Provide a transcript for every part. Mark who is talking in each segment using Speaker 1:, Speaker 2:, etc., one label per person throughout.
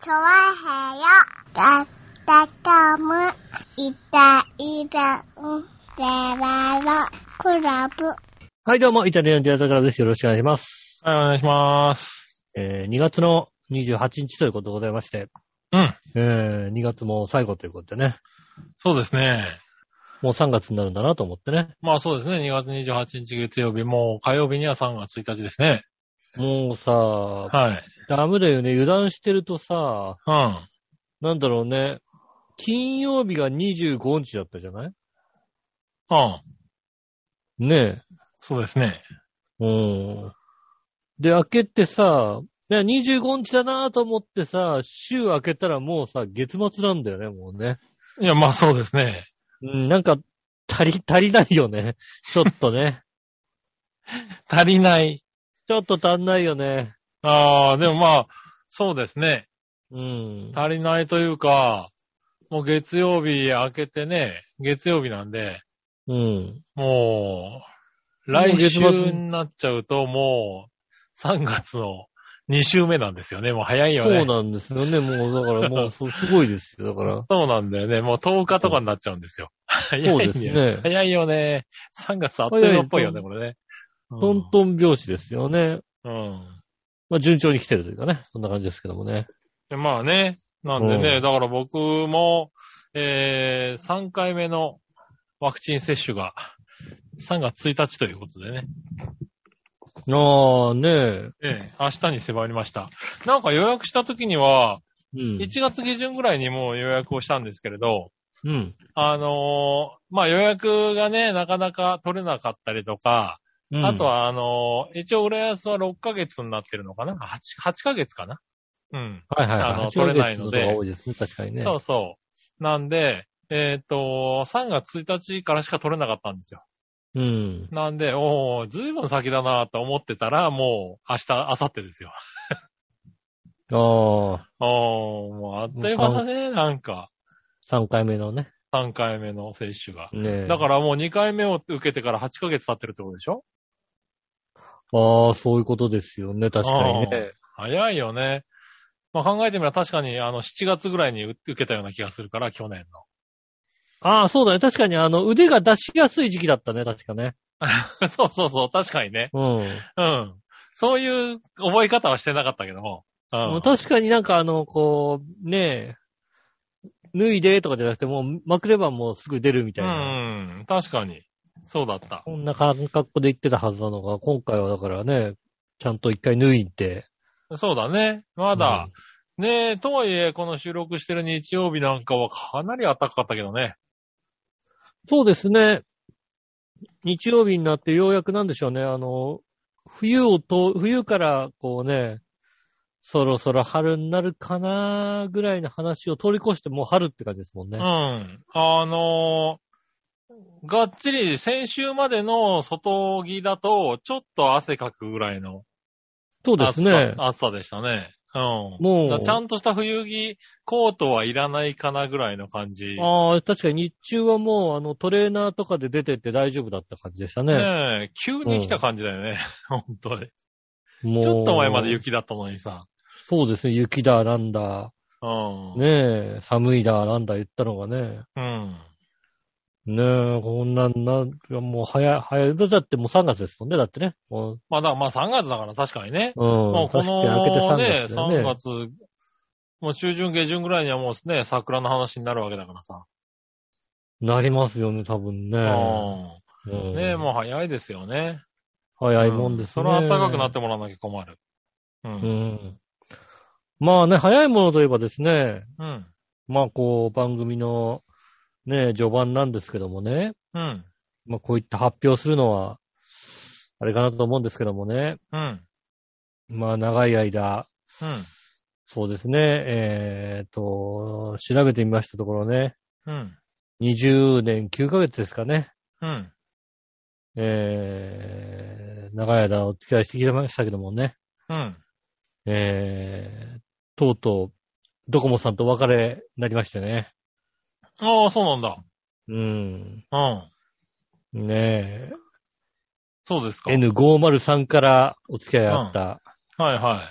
Speaker 1: チョワヘヨだったかむいたいたんでららクラブ
Speaker 2: はい、どうも、イタリアンディアタからです。よろしくお願いします。
Speaker 3: はい、お願いします。
Speaker 2: えー、2月の28日ということでございまして、
Speaker 3: うん。
Speaker 2: えー、2月も最後ということでね、
Speaker 3: そうですね。
Speaker 2: もう3月になるんだなと思ってね、
Speaker 3: まあそうですね。2月28日月曜日、もう火曜日には3月1日ですね。
Speaker 2: もうさ、
Speaker 3: はい。
Speaker 2: ダメだよね、油断してるとさ、
Speaker 3: うん。
Speaker 2: なんだろうね、金曜日が25日だったじゃない
Speaker 3: うん。
Speaker 2: ね
Speaker 3: そうですね。
Speaker 2: え。うん。で、明けてさ、ね25日だなと思ってさ、週明けたらもうさ、月末なんだよね、もうね。
Speaker 3: いや、まあそうですね。
Speaker 2: うん、なんか、足り、足りないよね。ちょっとね。
Speaker 3: 足りない。
Speaker 2: ちょっと足んないよね。
Speaker 3: ああ、でもまあ、そうですね。
Speaker 2: うん。
Speaker 3: 足りないというか、もう月曜日明けてね、月曜日なんで、
Speaker 2: うん。
Speaker 3: もう、来週
Speaker 2: もう月末
Speaker 3: になっちゃうと、もう、3月の2週目なんですよね。もう早いよ
Speaker 2: そ
Speaker 3: ね。
Speaker 2: うなんですよね。もう、だからもう、 すすごいですよ。だから。
Speaker 3: そうなんだよね。もう10日とかになっちゃうんですよ。早い
Speaker 2: そ
Speaker 3: ん
Speaker 2: う
Speaker 3: だ
Speaker 2: で
Speaker 3: よ
Speaker 2: すね。
Speaker 3: 早いよね。3月あっという間っぽいよね、これね。
Speaker 2: トントン拍子ですよね。
Speaker 3: うん。
Speaker 2: まあ、順調に来てるというかね。そんな感じですけどもね。
Speaker 3: でまあね。なんで
Speaker 2: う
Speaker 3: ね、だから僕も、えー、3回目のワクチン接種が3月1日ということでね。
Speaker 2: ああ、ね
Speaker 3: ええ明日に迫りました。なんか予約した時には、
Speaker 2: え。うん。
Speaker 3: 1月下旬ぐらいにもう予約をしたんですけれど、
Speaker 2: うん。
Speaker 3: あのーまあ予約がね、なかなか取れなかったりとか、
Speaker 2: うん
Speaker 3: あと。は、あのー、一応、浦安は6ヶ月になってるのかな 8, 8ヶ月かなうん、
Speaker 2: はいはいはい。
Speaker 3: あの取れないの
Speaker 2: 八ヶ月こと
Speaker 3: で
Speaker 2: が多いですね。確かにね。
Speaker 3: そうそう。なんで、えっ、と、3月1日からしか取れなかったんですよ。
Speaker 2: うん。
Speaker 3: なんで、おー、ずいぶん先だなと思ってたら、もう、明日、明後日ですよ。
Speaker 2: ああ、
Speaker 3: おー、もう、あっという間だね、なんか、
Speaker 2: 3回目のね。
Speaker 3: 3回目の接種が。
Speaker 2: ねえ。
Speaker 3: だからもう2回目を受けてから8ヶ月経ってるってことでしょ
Speaker 2: ああ、そういうことですよね。確かにね。
Speaker 3: 早いよね。まあ、考えてみれば確かに、あの、7月ぐらいに受けたような気がするから、去年の。
Speaker 2: ああ、そうだね。確かに、あの、腕が出しやすい時期だったね。確かね。
Speaker 3: そうそうそう、確かにね。
Speaker 2: うん。
Speaker 3: うん。そういう覚え方はしてなかったけども。う。
Speaker 2: もうん確かになんかあの、こう、ねえ、脱いでとかじゃなくて、もうまくればもうすぐ出るみたいな。
Speaker 3: うん、確かに。そうだった。
Speaker 2: こんな感覚で言ってたはずなのが、今回はだからね、ちゃんと一回脱いで。
Speaker 3: そうだね。まだ
Speaker 2: うん。、
Speaker 3: ねえ、とはいえ、この収録してる日曜日なんかはかなり暖かかったけどね。
Speaker 2: そうですね。日曜日になってようやくなんでしょうね、あの、冬をと、冬からこうね、そろそろ春になるかなぐらいの話を通り越してもう春って感じですもん
Speaker 3: う
Speaker 2: ね。
Speaker 3: ん。あのーがっちり先週までの外着だと、ちょっと汗かくぐらいの
Speaker 2: そうで
Speaker 3: 暑
Speaker 2: す
Speaker 3: さ,、
Speaker 2: ね。
Speaker 3: 暑さでしたね。うん。
Speaker 2: もう。
Speaker 3: だからちゃんとした冬着、コートはいらないかなぐらいの感じ。
Speaker 2: ああ、確かに日中はもう、あの、トレーナーとかで出てって大丈夫だった感じでしたね。
Speaker 3: ねえ、急に来た感じだよね。本当に。
Speaker 2: もう。
Speaker 3: ちょっと前まで。雪だったのにさ。
Speaker 2: そうですね、雪だ、なんだ、
Speaker 3: うん。
Speaker 2: ねえ、寒いだ、なんだ言ったのがね。
Speaker 3: うん。
Speaker 2: ねえ、こんなんなん、もう早い、早い。だってもう3月ですもんね、だってね。もう、
Speaker 3: まあだからまあ3月だから確かにね。
Speaker 2: うん。
Speaker 3: もうこ
Speaker 2: 確かに明けて
Speaker 3: の
Speaker 2: 3
Speaker 3: ね、
Speaker 2: 月だよね。
Speaker 3: 3月、もう中旬下旬ぐらいにはもうね、桜の話になるわけだからさ。
Speaker 2: なりますよね、多分ね。う
Speaker 3: うんん。ねえ、もう早いですよね。
Speaker 2: 早いもんです
Speaker 3: そ
Speaker 2: ね。
Speaker 3: れは暖かくなってもらわなきゃ困る。う。
Speaker 2: うんん。まあね、早いものといえばですね、
Speaker 3: うん。
Speaker 2: まあこう、番組の、ねえ、序盤なんですけどもね。
Speaker 3: うん。
Speaker 2: まあ、こういった発表するのは、あれかなと思うんですけどもね。
Speaker 3: うん。
Speaker 2: まあ、長い間、
Speaker 3: うん。
Speaker 2: そうですね、えー、と、調べてみましたところね、
Speaker 3: うん。
Speaker 2: 20年9ヶ月ですかね、
Speaker 3: うん。
Speaker 2: えー、長い間お付き合いしてきましたけどもね、
Speaker 3: うん。
Speaker 2: えー、とうとう、ドコモさんとお別れになりましてね。
Speaker 3: ああ、そうなんだ。
Speaker 2: うん。
Speaker 3: うん。
Speaker 2: ね
Speaker 3: そうですか。
Speaker 2: え、N503 からお付き合いあった、
Speaker 3: はいは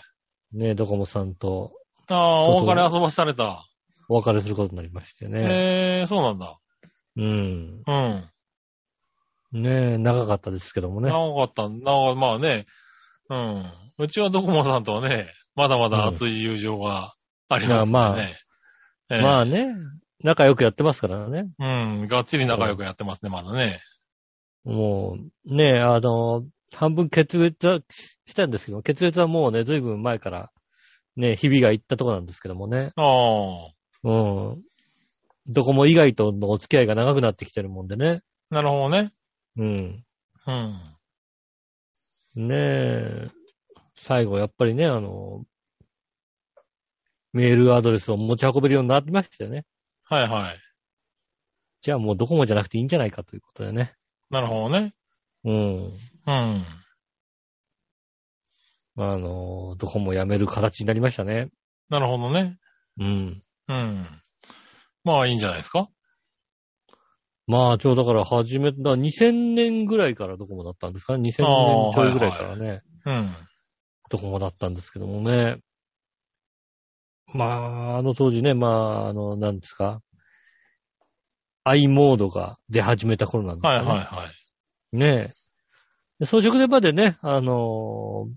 Speaker 2: ねえ、ドコモさんと、
Speaker 3: ああ、
Speaker 2: ちょ
Speaker 3: お
Speaker 2: っと
Speaker 3: 別れ遊ばされた。
Speaker 2: お別れすることになりましてね。
Speaker 3: へえ、そうなんだ。
Speaker 2: うん。
Speaker 3: うん。
Speaker 2: ねえ、長かったですけどもね。
Speaker 3: 長かった。長かまあね。うん。うちはドコモさんとはね、まだまだ熱い友情がありますね。
Speaker 2: まあまあ
Speaker 3: ええ
Speaker 2: まあね、仲良くやってますからね。
Speaker 3: うん。がっちり仲良くやってますね、まだね。
Speaker 2: もう、ねえ、あの、半分決裂はしたんですけど、決裂はもうね、随分前から、ね、日々が行ったとこなんですけどもね。
Speaker 3: あ
Speaker 2: うん。どこも以外とのお付き合いが長くなってきてるもんでね。
Speaker 3: あ。なるほどね。
Speaker 2: うん。
Speaker 3: うん。
Speaker 2: ねえ。最後、やっぱりね、あの、メールアドレスを持ち運べるようになりましてね。
Speaker 3: はいはい。
Speaker 2: じゃあもうドコモじゃなくていいんじゃないかということでね。
Speaker 3: なるほどね。
Speaker 2: うん。
Speaker 3: うん。
Speaker 2: あの、ドコモやめる形になりましたね。
Speaker 3: なるほどね。
Speaker 2: うん。
Speaker 3: うん。まあいいんじゃないですか。
Speaker 2: まあ、ちょうどだから始めた、2000年ぐらいからドコモだったんですかね ?2000 年ちょいぐらいからね、
Speaker 3: うん。
Speaker 2: ドコモだったんですけどもね。まあ、あの当時ね、まあ、あの、なんですか。i モードが出始めた頃なんです
Speaker 3: はい
Speaker 2: よ
Speaker 3: はい
Speaker 2: ね。
Speaker 3: はい。
Speaker 2: ねえ。で装飾デパでね、あのー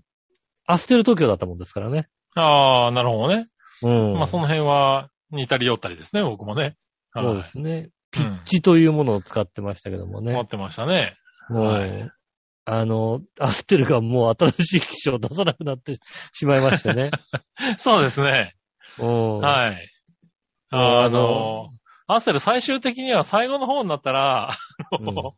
Speaker 2: アステル東京だったもんですからね。
Speaker 3: ああ、なるほどね。
Speaker 2: うん。
Speaker 3: まあその辺は似たり寄ったりですね、僕もね。はい
Speaker 2: そうですね。
Speaker 3: う
Speaker 2: ピ
Speaker 3: ん
Speaker 2: ッチというものを使ってましたけどもね。
Speaker 3: 持ってましたね。
Speaker 2: も
Speaker 3: は
Speaker 2: う、あの、アステルがもう新しい機種を出さなくなってしまいまして ね。
Speaker 3: そうですね。
Speaker 2: うん。
Speaker 3: はい。
Speaker 2: あ
Speaker 3: あの、アセル最終的には最後の方になったら、あの
Speaker 2: うん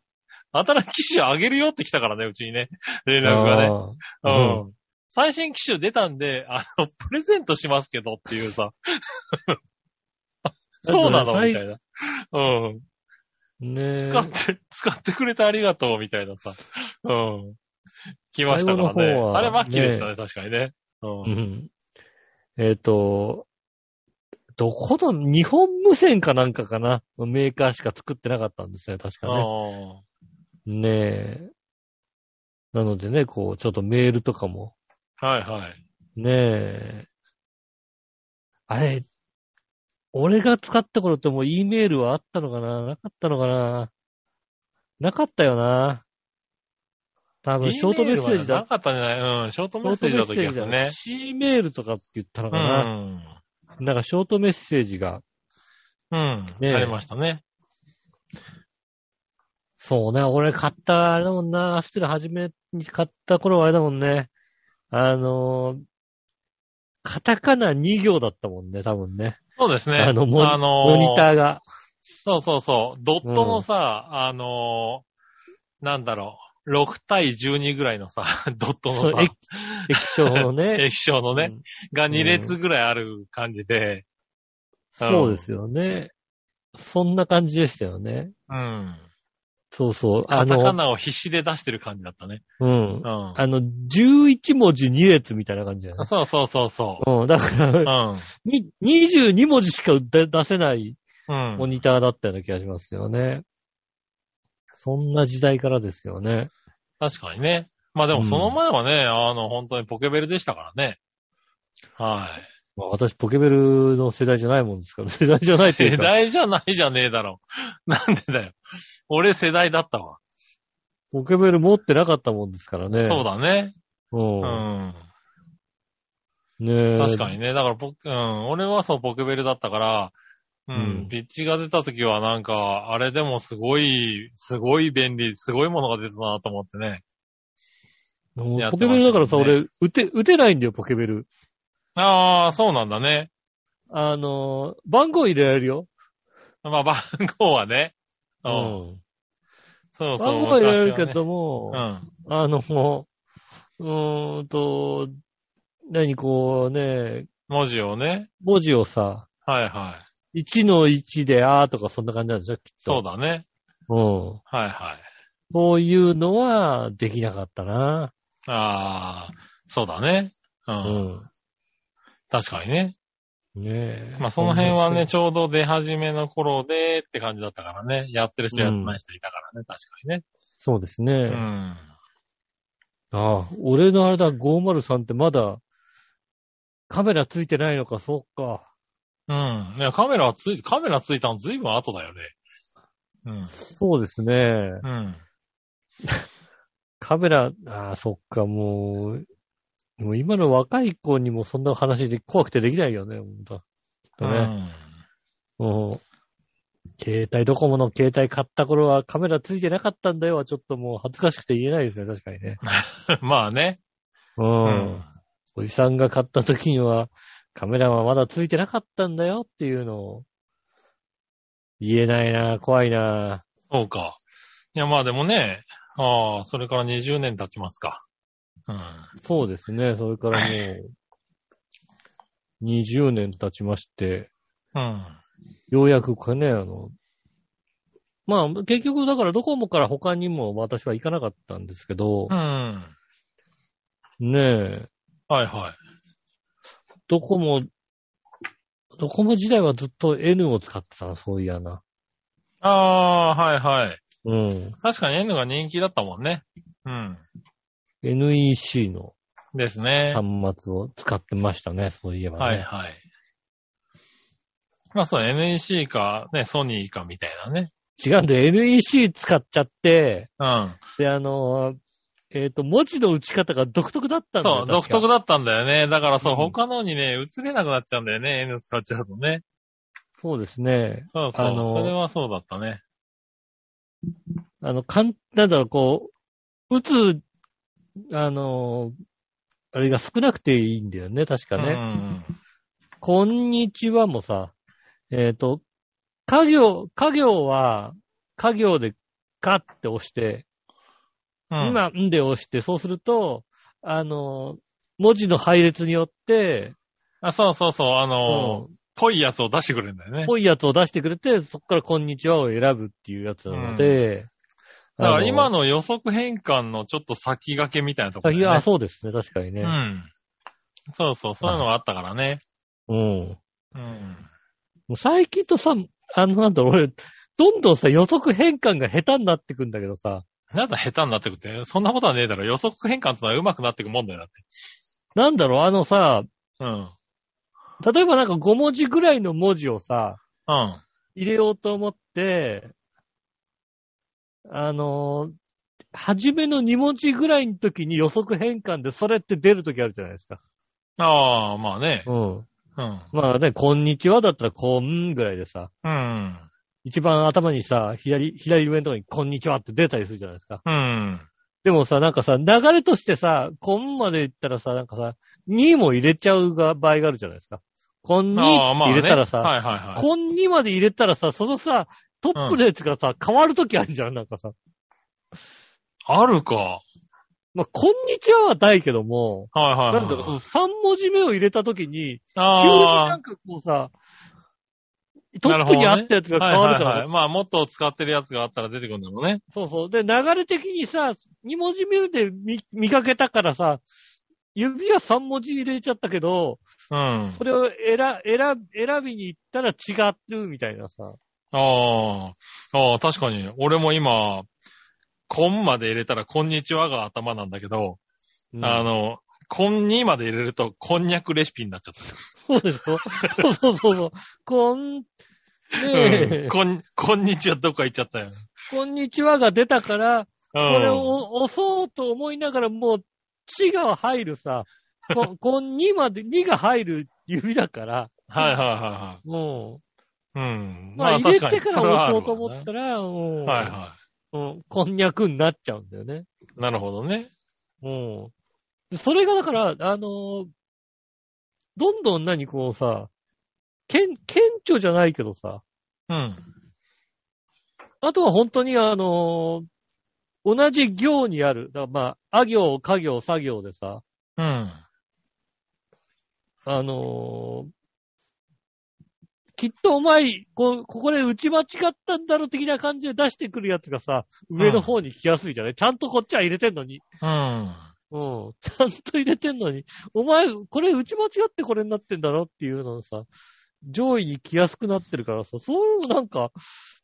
Speaker 3: 新しい機種上げるよって来たからね、うちにね。連
Speaker 2: い
Speaker 3: 絡がね。う
Speaker 2: うん
Speaker 3: ん。最新機種出たんで、あの、プレゼントしますけどってい うさ。そうなのみたいな。うん。
Speaker 2: ねえ。
Speaker 3: 使って、使ってくれてありがとう、みたいなさ。うん。来ましたから
Speaker 2: 最後
Speaker 3: ね
Speaker 2: の方。は
Speaker 3: あれ、マッキーでしたね、確かにね。うん。
Speaker 2: うん。えっ、と、どこの、日本無線かなんかかなのメーカーしか作ってなかったんですね、確かね。
Speaker 3: あ
Speaker 2: ねえ。なのでね、こう、ちょっとメールとかも、
Speaker 3: あはいはい。
Speaker 2: ねえ。あれ、俺が使った頃ってもう E メールはあったのかななかったのかななかったよな。多分、ショートメッセージ
Speaker 3: E メはな
Speaker 2: だ。
Speaker 3: かったんじゃないうん、ショート
Speaker 2: ショ
Speaker 3: メッ
Speaker 2: ー
Speaker 3: セ
Speaker 2: ト
Speaker 3: ージ
Speaker 2: メ
Speaker 3: だ
Speaker 2: ッ
Speaker 3: った
Speaker 2: セ
Speaker 3: 気
Speaker 2: ー
Speaker 3: がす
Speaker 2: ジ
Speaker 3: る
Speaker 2: だ。
Speaker 3: ね。
Speaker 2: C メールとかって言ったの
Speaker 3: う
Speaker 2: かな、
Speaker 3: ん。
Speaker 2: なんかショートメッセージが。
Speaker 3: うん。あ
Speaker 2: ねえ
Speaker 3: りましたね。
Speaker 2: そうね、俺買った、あれだもんな、アステル初めに買った頃はあれだもんね。あのーカタカナ2行だったもんね、多分ね。
Speaker 3: そうですね。
Speaker 2: あのモニ
Speaker 3: あの
Speaker 2: モニターが。
Speaker 3: そうそうそう。ドットのさ、あのーなんだろう。6対12ぐらいのさ、 ドット
Speaker 2: そ
Speaker 3: の
Speaker 2: う
Speaker 3: さ、
Speaker 2: 液液晶のね。
Speaker 3: 液晶のね、が2列ぐらいある感じで、
Speaker 2: そうですよね。そんな感じでしたよね。
Speaker 3: うん。
Speaker 2: そうそう。あ
Speaker 3: カタカ
Speaker 2: の、
Speaker 3: ナを必死で出してる感じだったね。
Speaker 2: うん
Speaker 3: う。ん。
Speaker 2: あの、11文字2列みたいな感じだよね。
Speaker 3: そうそうそうそ
Speaker 2: うん。だか
Speaker 3: う。う
Speaker 2: ら、
Speaker 3: ん。
Speaker 2: に22文字しか出出せない
Speaker 3: うん。
Speaker 2: モニターだったような気がしますよね。そんな時代からですよね。
Speaker 3: 確かにね。まあでもその前はね、あの、本当にポケベルでしたからね。はい。
Speaker 2: まあ私、ポケベルの世代じゃないもんですから、世代じゃないとい
Speaker 3: 世
Speaker 2: うか、
Speaker 3: 代じゃないじゃねえだろ。なんでだよ。俺世代だったわ。
Speaker 2: ポケベル持ってなかったもんですからね。
Speaker 3: そう
Speaker 2: だ。
Speaker 3: だね。う。
Speaker 2: うんん。ねえ
Speaker 3: 確かにね。だからポ、うん、俺はそうポケベルだったから、うん、
Speaker 2: うん
Speaker 3: ピッチが出た時はなんか、あれでもすごい、すごい便利、すごいものが出たなと思ってね。
Speaker 2: もう
Speaker 3: やって
Speaker 2: ポ
Speaker 3: ま
Speaker 2: ケベ
Speaker 3: したもんね
Speaker 2: ルだからさ、俺、打て、打てないんだよ、ポケベル。
Speaker 3: ああ、そうなんだね。
Speaker 2: あのー、番号入れられるよ。
Speaker 3: まあ、番号はね。うん。
Speaker 2: ん。
Speaker 3: そうそう。
Speaker 2: 番号は入れられるけ
Speaker 3: 昔はね
Speaker 2: ども、
Speaker 3: うん。
Speaker 2: あの、もう、うーんと、何こうね、
Speaker 3: 文字をね。
Speaker 2: 文字をさ、
Speaker 3: はいはい。
Speaker 2: 1の1であーとかそんな感じなんでしょきっと。
Speaker 3: そうだね。
Speaker 2: うん。
Speaker 3: はいはい。
Speaker 2: そういうのはできなかったな。
Speaker 3: ああ、そうだね。うん。
Speaker 2: うん。
Speaker 3: 確かにね。
Speaker 2: ねえ。
Speaker 3: まあ、その辺はね、
Speaker 2: そ
Speaker 3: ちょうど出始めの頃でって感じだったからね。やってる人、やってない人いたからね。確かにね。
Speaker 2: うですね。
Speaker 3: うん。
Speaker 2: ああ、俺のあれだ、503ってまだ、カメラついてないのか、そっか。
Speaker 3: うん。いや、カメラはつい、カメラついたのずいぶん後だよね。うん。
Speaker 2: そうですね。
Speaker 3: うん。
Speaker 2: カメラ、ああ、そっか、もう、もう今の若い子にもそんな話で怖くてできないよね、ほんと。ほんとね。もう、携帯、ドコモの携帯買った頃はカメラついてなかったんだよはちょっともう恥ずかしくて言えないですね、確かにね。
Speaker 3: うん。 まあね。
Speaker 2: うん。
Speaker 3: うん
Speaker 2: おじさんが買った時にはカメラはまだついてなかったんだよっていうのを言えないな、怖いな。
Speaker 3: そうか。いや、まあでもね、ああ、それから20年経ちますか。うん。
Speaker 2: そうですね、それからもう、20年経ちまして、
Speaker 3: うん。
Speaker 2: ようやくかね、あの、まあ、結局、だからドコモから他にも私は行かなかったんですけど
Speaker 3: う、ん。
Speaker 2: ねえ、
Speaker 3: はいはい。
Speaker 2: ドコモ、ドコモ時代はずっと N を使ってたな、そういやな。
Speaker 3: ああ、はいはい。
Speaker 2: うん。
Speaker 3: 確かに N が人気だったもんね。うん。
Speaker 2: NEC の
Speaker 3: ですね。
Speaker 2: 端末を使ってましたね、そういえばね。
Speaker 3: はいはい。まあそう、NEC か、ね、ソニーかみたいなね。
Speaker 2: 違うんで、NEC 使っちゃって、
Speaker 3: うん。
Speaker 2: で、あの、えっ、と、文字の打ち方が独特だったんだ
Speaker 3: そ
Speaker 2: よ
Speaker 3: う、独特
Speaker 2: だ。
Speaker 3: だったんだよね。だからそう、
Speaker 2: うん
Speaker 3: 他のにね、映れなくなっちゃうんだよね、N 使っちゃうとね。
Speaker 2: そうですね。
Speaker 3: そうそう、
Speaker 2: あのー
Speaker 3: それはそうだったね。
Speaker 2: あの、かん、なんだろう、こう、打つ、あのー、あれが少なくていいんだよね、確か
Speaker 3: うんう
Speaker 2: ね。
Speaker 3: ん
Speaker 2: こんにちはもさ、えっ、と、家業、家業は、家業でカって押して、
Speaker 3: うん。うん、
Speaker 2: 今、んで押して、そうすると、あのー、文字の配列によって、
Speaker 3: あそうそうそう、あ
Speaker 2: うん
Speaker 3: のー、ぽいやつを出してくれるんだよね。
Speaker 2: ぽいやつを出してくれて、そこからこんにちはを選ぶっていうやつなので、
Speaker 3: だから今
Speaker 2: の、
Speaker 3: の予測変換のちょっと先駆けみたいなところ、
Speaker 2: 先
Speaker 3: ね。
Speaker 2: が、あそうですね、確かに
Speaker 3: う
Speaker 2: ね。
Speaker 3: ん。そうそう、そういうのがあったからね。
Speaker 2: うん
Speaker 3: うん。
Speaker 2: もう最近とさ、あの、なんだろう、俺、どんどんさ、予測変換が下手になってくんだけどさ、
Speaker 3: なんだ下手になってくって、そんなことはねえだろ。予測変換ってのは上手くなってくもんだよ、だって。
Speaker 2: なんだろう、あのさ、
Speaker 3: うん。
Speaker 2: 例えばなんか5文字ぐらいの文字をさ、
Speaker 3: うん。
Speaker 2: 入れようと思って、あのー初めの2文字ぐらいの時に予測変換でそれって出る時あるじゃないですか。
Speaker 3: ああ、まあね。
Speaker 2: うん。
Speaker 3: うん。
Speaker 2: まあね、こんにちはだったらこんぐらいでさ、
Speaker 3: うん。
Speaker 2: 一番頭にさ、左、左上のとこにこんにちはって出たりするじゃないですか。
Speaker 3: うん。
Speaker 2: でもさ、なんかさ、流れとしてさ、こんまで行ったらさ、なんかさ、にも入れちゃうが場合があるじゃないですか。こんに
Speaker 3: ああ、まあ、ね。
Speaker 2: 入れたらさ、
Speaker 3: はいはいはい。
Speaker 2: こんにまで入れたらさ、そのさ、トップのやつがさ、変わるときあるじゃん、なんかさ。
Speaker 3: あるか。はい
Speaker 2: まあ、こんにちははないけども、
Speaker 3: はいはい。
Speaker 2: なんだろう、その3文字目を入れたときに、急にな
Speaker 3: あ
Speaker 2: んかこうさ、トップにあったやつ
Speaker 3: あ。
Speaker 2: が
Speaker 3: はい
Speaker 2: 変わる
Speaker 3: はい
Speaker 2: から、
Speaker 3: はい。まあ、もっと使ってるやつがあったら出てくるんだろうね。
Speaker 2: そうそう。で、流れ的にさ、2文字目で見見かけたからさ、指が3文字入れちゃったけど、
Speaker 3: うん。
Speaker 2: それを選、選、選びに行ったら違うみたいなさ。
Speaker 3: ああ。ああ、確かに。俺も今、こんまで入れたら、こんにちはが頭なんだけど、 あの、こんにまで入れると、こんにゃくレシピになっちゃった。
Speaker 2: そうでしょそうそうそうそう。こん、ねえ、
Speaker 3: うん こん、こんにちはどっか行っちゃったよ。
Speaker 2: こんにちはが出たから、
Speaker 3: う
Speaker 2: こ
Speaker 3: ん。
Speaker 2: れを押そうと思いながら、もう、ちが入るさ、こ、 こんにまで、にが入る指だから、
Speaker 3: はいはいは
Speaker 2: も
Speaker 3: いはい。うん
Speaker 2: う、。まあ入れてから押そうと思っ
Speaker 3: ら。
Speaker 2: たら、もう、
Speaker 3: はいは
Speaker 2: うん、こんにゃくになっちゃうんだよね。
Speaker 3: い。なるほどね。
Speaker 2: うん。でそれがだから、あのーどんどん何こうさ、顕、顕著じゃないけどさ、
Speaker 3: うん。
Speaker 2: あとは本当にあのー同じ行にある、だからまあ、あ行、家行、作業でさ、
Speaker 3: うん。
Speaker 2: あのーきっとお前、こう、ここで打ち間違ったんだろう的な感じで出してくるやつがさ、上の方に来やすいじゃない、ちゃんとこっちは入れてんのに。
Speaker 3: うん。
Speaker 2: うん。 ちゃんと入れてんのに、お前、これ打ち間違ってこれになってんだろっていうのをさ、上位に来やすくなってるからさ、そういうのなんか、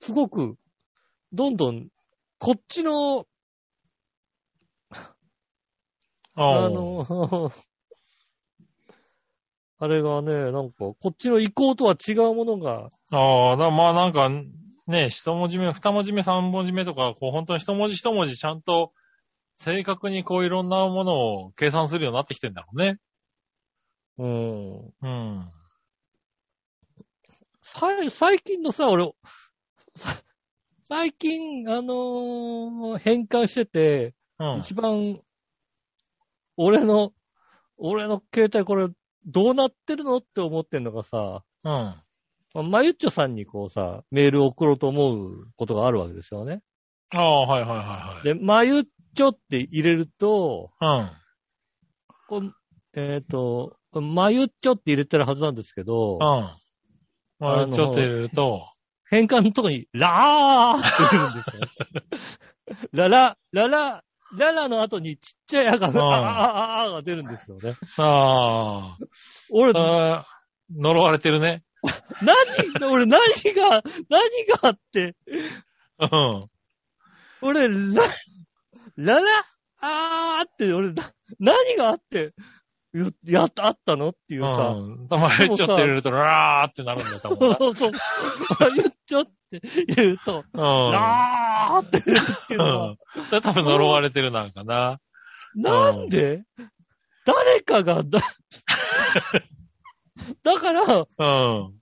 Speaker 2: すごく、どんどん、こっちの、
Speaker 3: あ
Speaker 2: あ
Speaker 3: ー
Speaker 2: の、 あれがね、なんか、こっちの意向とは違うものが、
Speaker 3: ああ、だまあなんか、ね、一文字目、二文字目、三文字目とか、こう本当に一文字一文字ちゃんと正確にこういろんなものを計算するようになってきてんだろうね。
Speaker 2: うん。
Speaker 3: うん。
Speaker 2: さい最近のさ、俺、さ最近、あのー変換してて、
Speaker 3: うん。
Speaker 2: 一番、俺の、俺の携帯これ、どうなってるのって思ってんのがさ、
Speaker 3: うん。
Speaker 2: まあまゆっちょさんにこうさ、メールを送ろうと思うことがあるわけですよね。
Speaker 3: ああ、はいはいはい
Speaker 2: で、まゆっちょって入れると、
Speaker 3: はい。
Speaker 2: こうえっ、と、まゆっちょって入れてるはずなんですけど、
Speaker 3: うん。うん。ま
Speaker 2: あ
Speaker 3: あ、
Speaker 2: の
Speaker 3: ちょっと入れると、
Speaker 2: 変換のとこに、ラーって出るんですよ。ララ、ララ、ララの後にちっちゃいあが、あ
Speaker 3: ん
Speaker 2: あああが出るんですよね。
Speaker 3: あ
Speaker 2: 俺、
Speaker 3: あ、
Speaker 2: 何、
Speaker 3: ああ 呪われてるね。
Speaker 2: 俺何が、何があって、
Speaker 3: うん。
Speaker 2: 俺、ラ、ララ、あーって、俺、な何があって、や、やっあったのっていううさ、
Speaker 3: ん。たまにちょっと入れると、ラーってなるんだと
Speaker 2: そ
Speaker 3: 思
Speaker 2: う
Speaker 3: う
Speaker 2: そうそう、 言っちゃって言うと、
Speaker 3: な。
Speaker 2: ラーって言うっていううのは
Speaker 3: ん。うん。それ多分呪われてるなんかな。
Speaker 2: なんで誰かが、だ、だから、
Speaker 3: うん。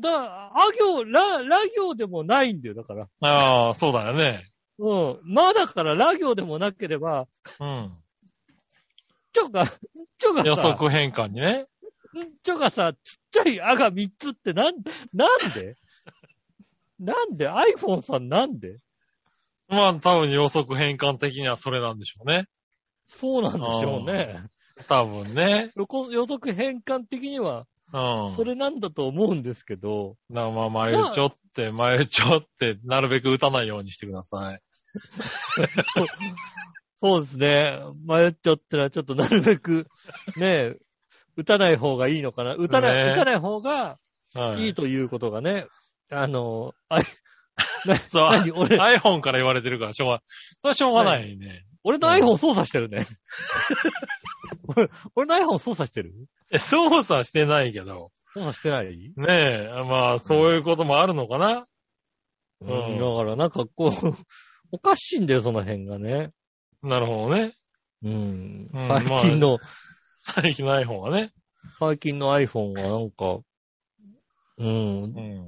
Speaker 2: だ、あ行、ら、ら行でもないんだよ、だから。
Speaker 3: ああ、そうだよね。
Speaker 2: うん。まあだから、ら行でもなければ、
Speaker 3: うん。
Speaker 2: ちょが、ちょがさ、
Speaker 3: 予測変換にね。
Speaker 2: ちょがさ、ちっちゃいあが3つってなん、なん でなんで ?iPhone さんなんで
Speaker 3: まあ、多分予測変換的にはそれなんでしょうね。
Speaker 2: そうなんでしょうね。
Speaker 3: 多分ね。
Speaker 2: 予告予測変換的には、
Speaker 3: うん。
Speaker 2: それなんだと思うんですけど、
Speaker 3: なまあ、まゆちょって、まゆちょって、なるべく打たないようにしてください。
Speaker 2: そうですね。迷っちゃったら、ちょっとなるべ く、ねえ、打たない方がいいのかな。打たない、
Speaker 3: ね
Speaker 2: 打たない方が
Speaker 3: はい。
Speaker 2: いいということがね、あの、あれ、な、
Speaker 3: そう
Speaker 2: 何俺、
Speaker 3: iPhone から言われてるから、しょうが、それはしょうがないね。
Speaker 2: 俺の iPhone 操作してる ね。俺俺の iPhone 操作してる
Speaker 3: え、操作してないけど。
Speaker 2: 操作してない
Speaker 3: ねえ、まあ、そういうこともあるのかな。
Speaker 2: う
Speaker 3: うんん。
Speaker 2: だから、なんかこう、 おかしいんだよ、その辺がね。
Speaker 3: なるほどね。
Speaker 2: うん。
Speaker 3: うん
Speaker 2: 最近の、
Speaker 3: 最近の iPhone はね。
Speaker 2: 最近の iPhone はなんか、うん
Speaker 3: う。ん。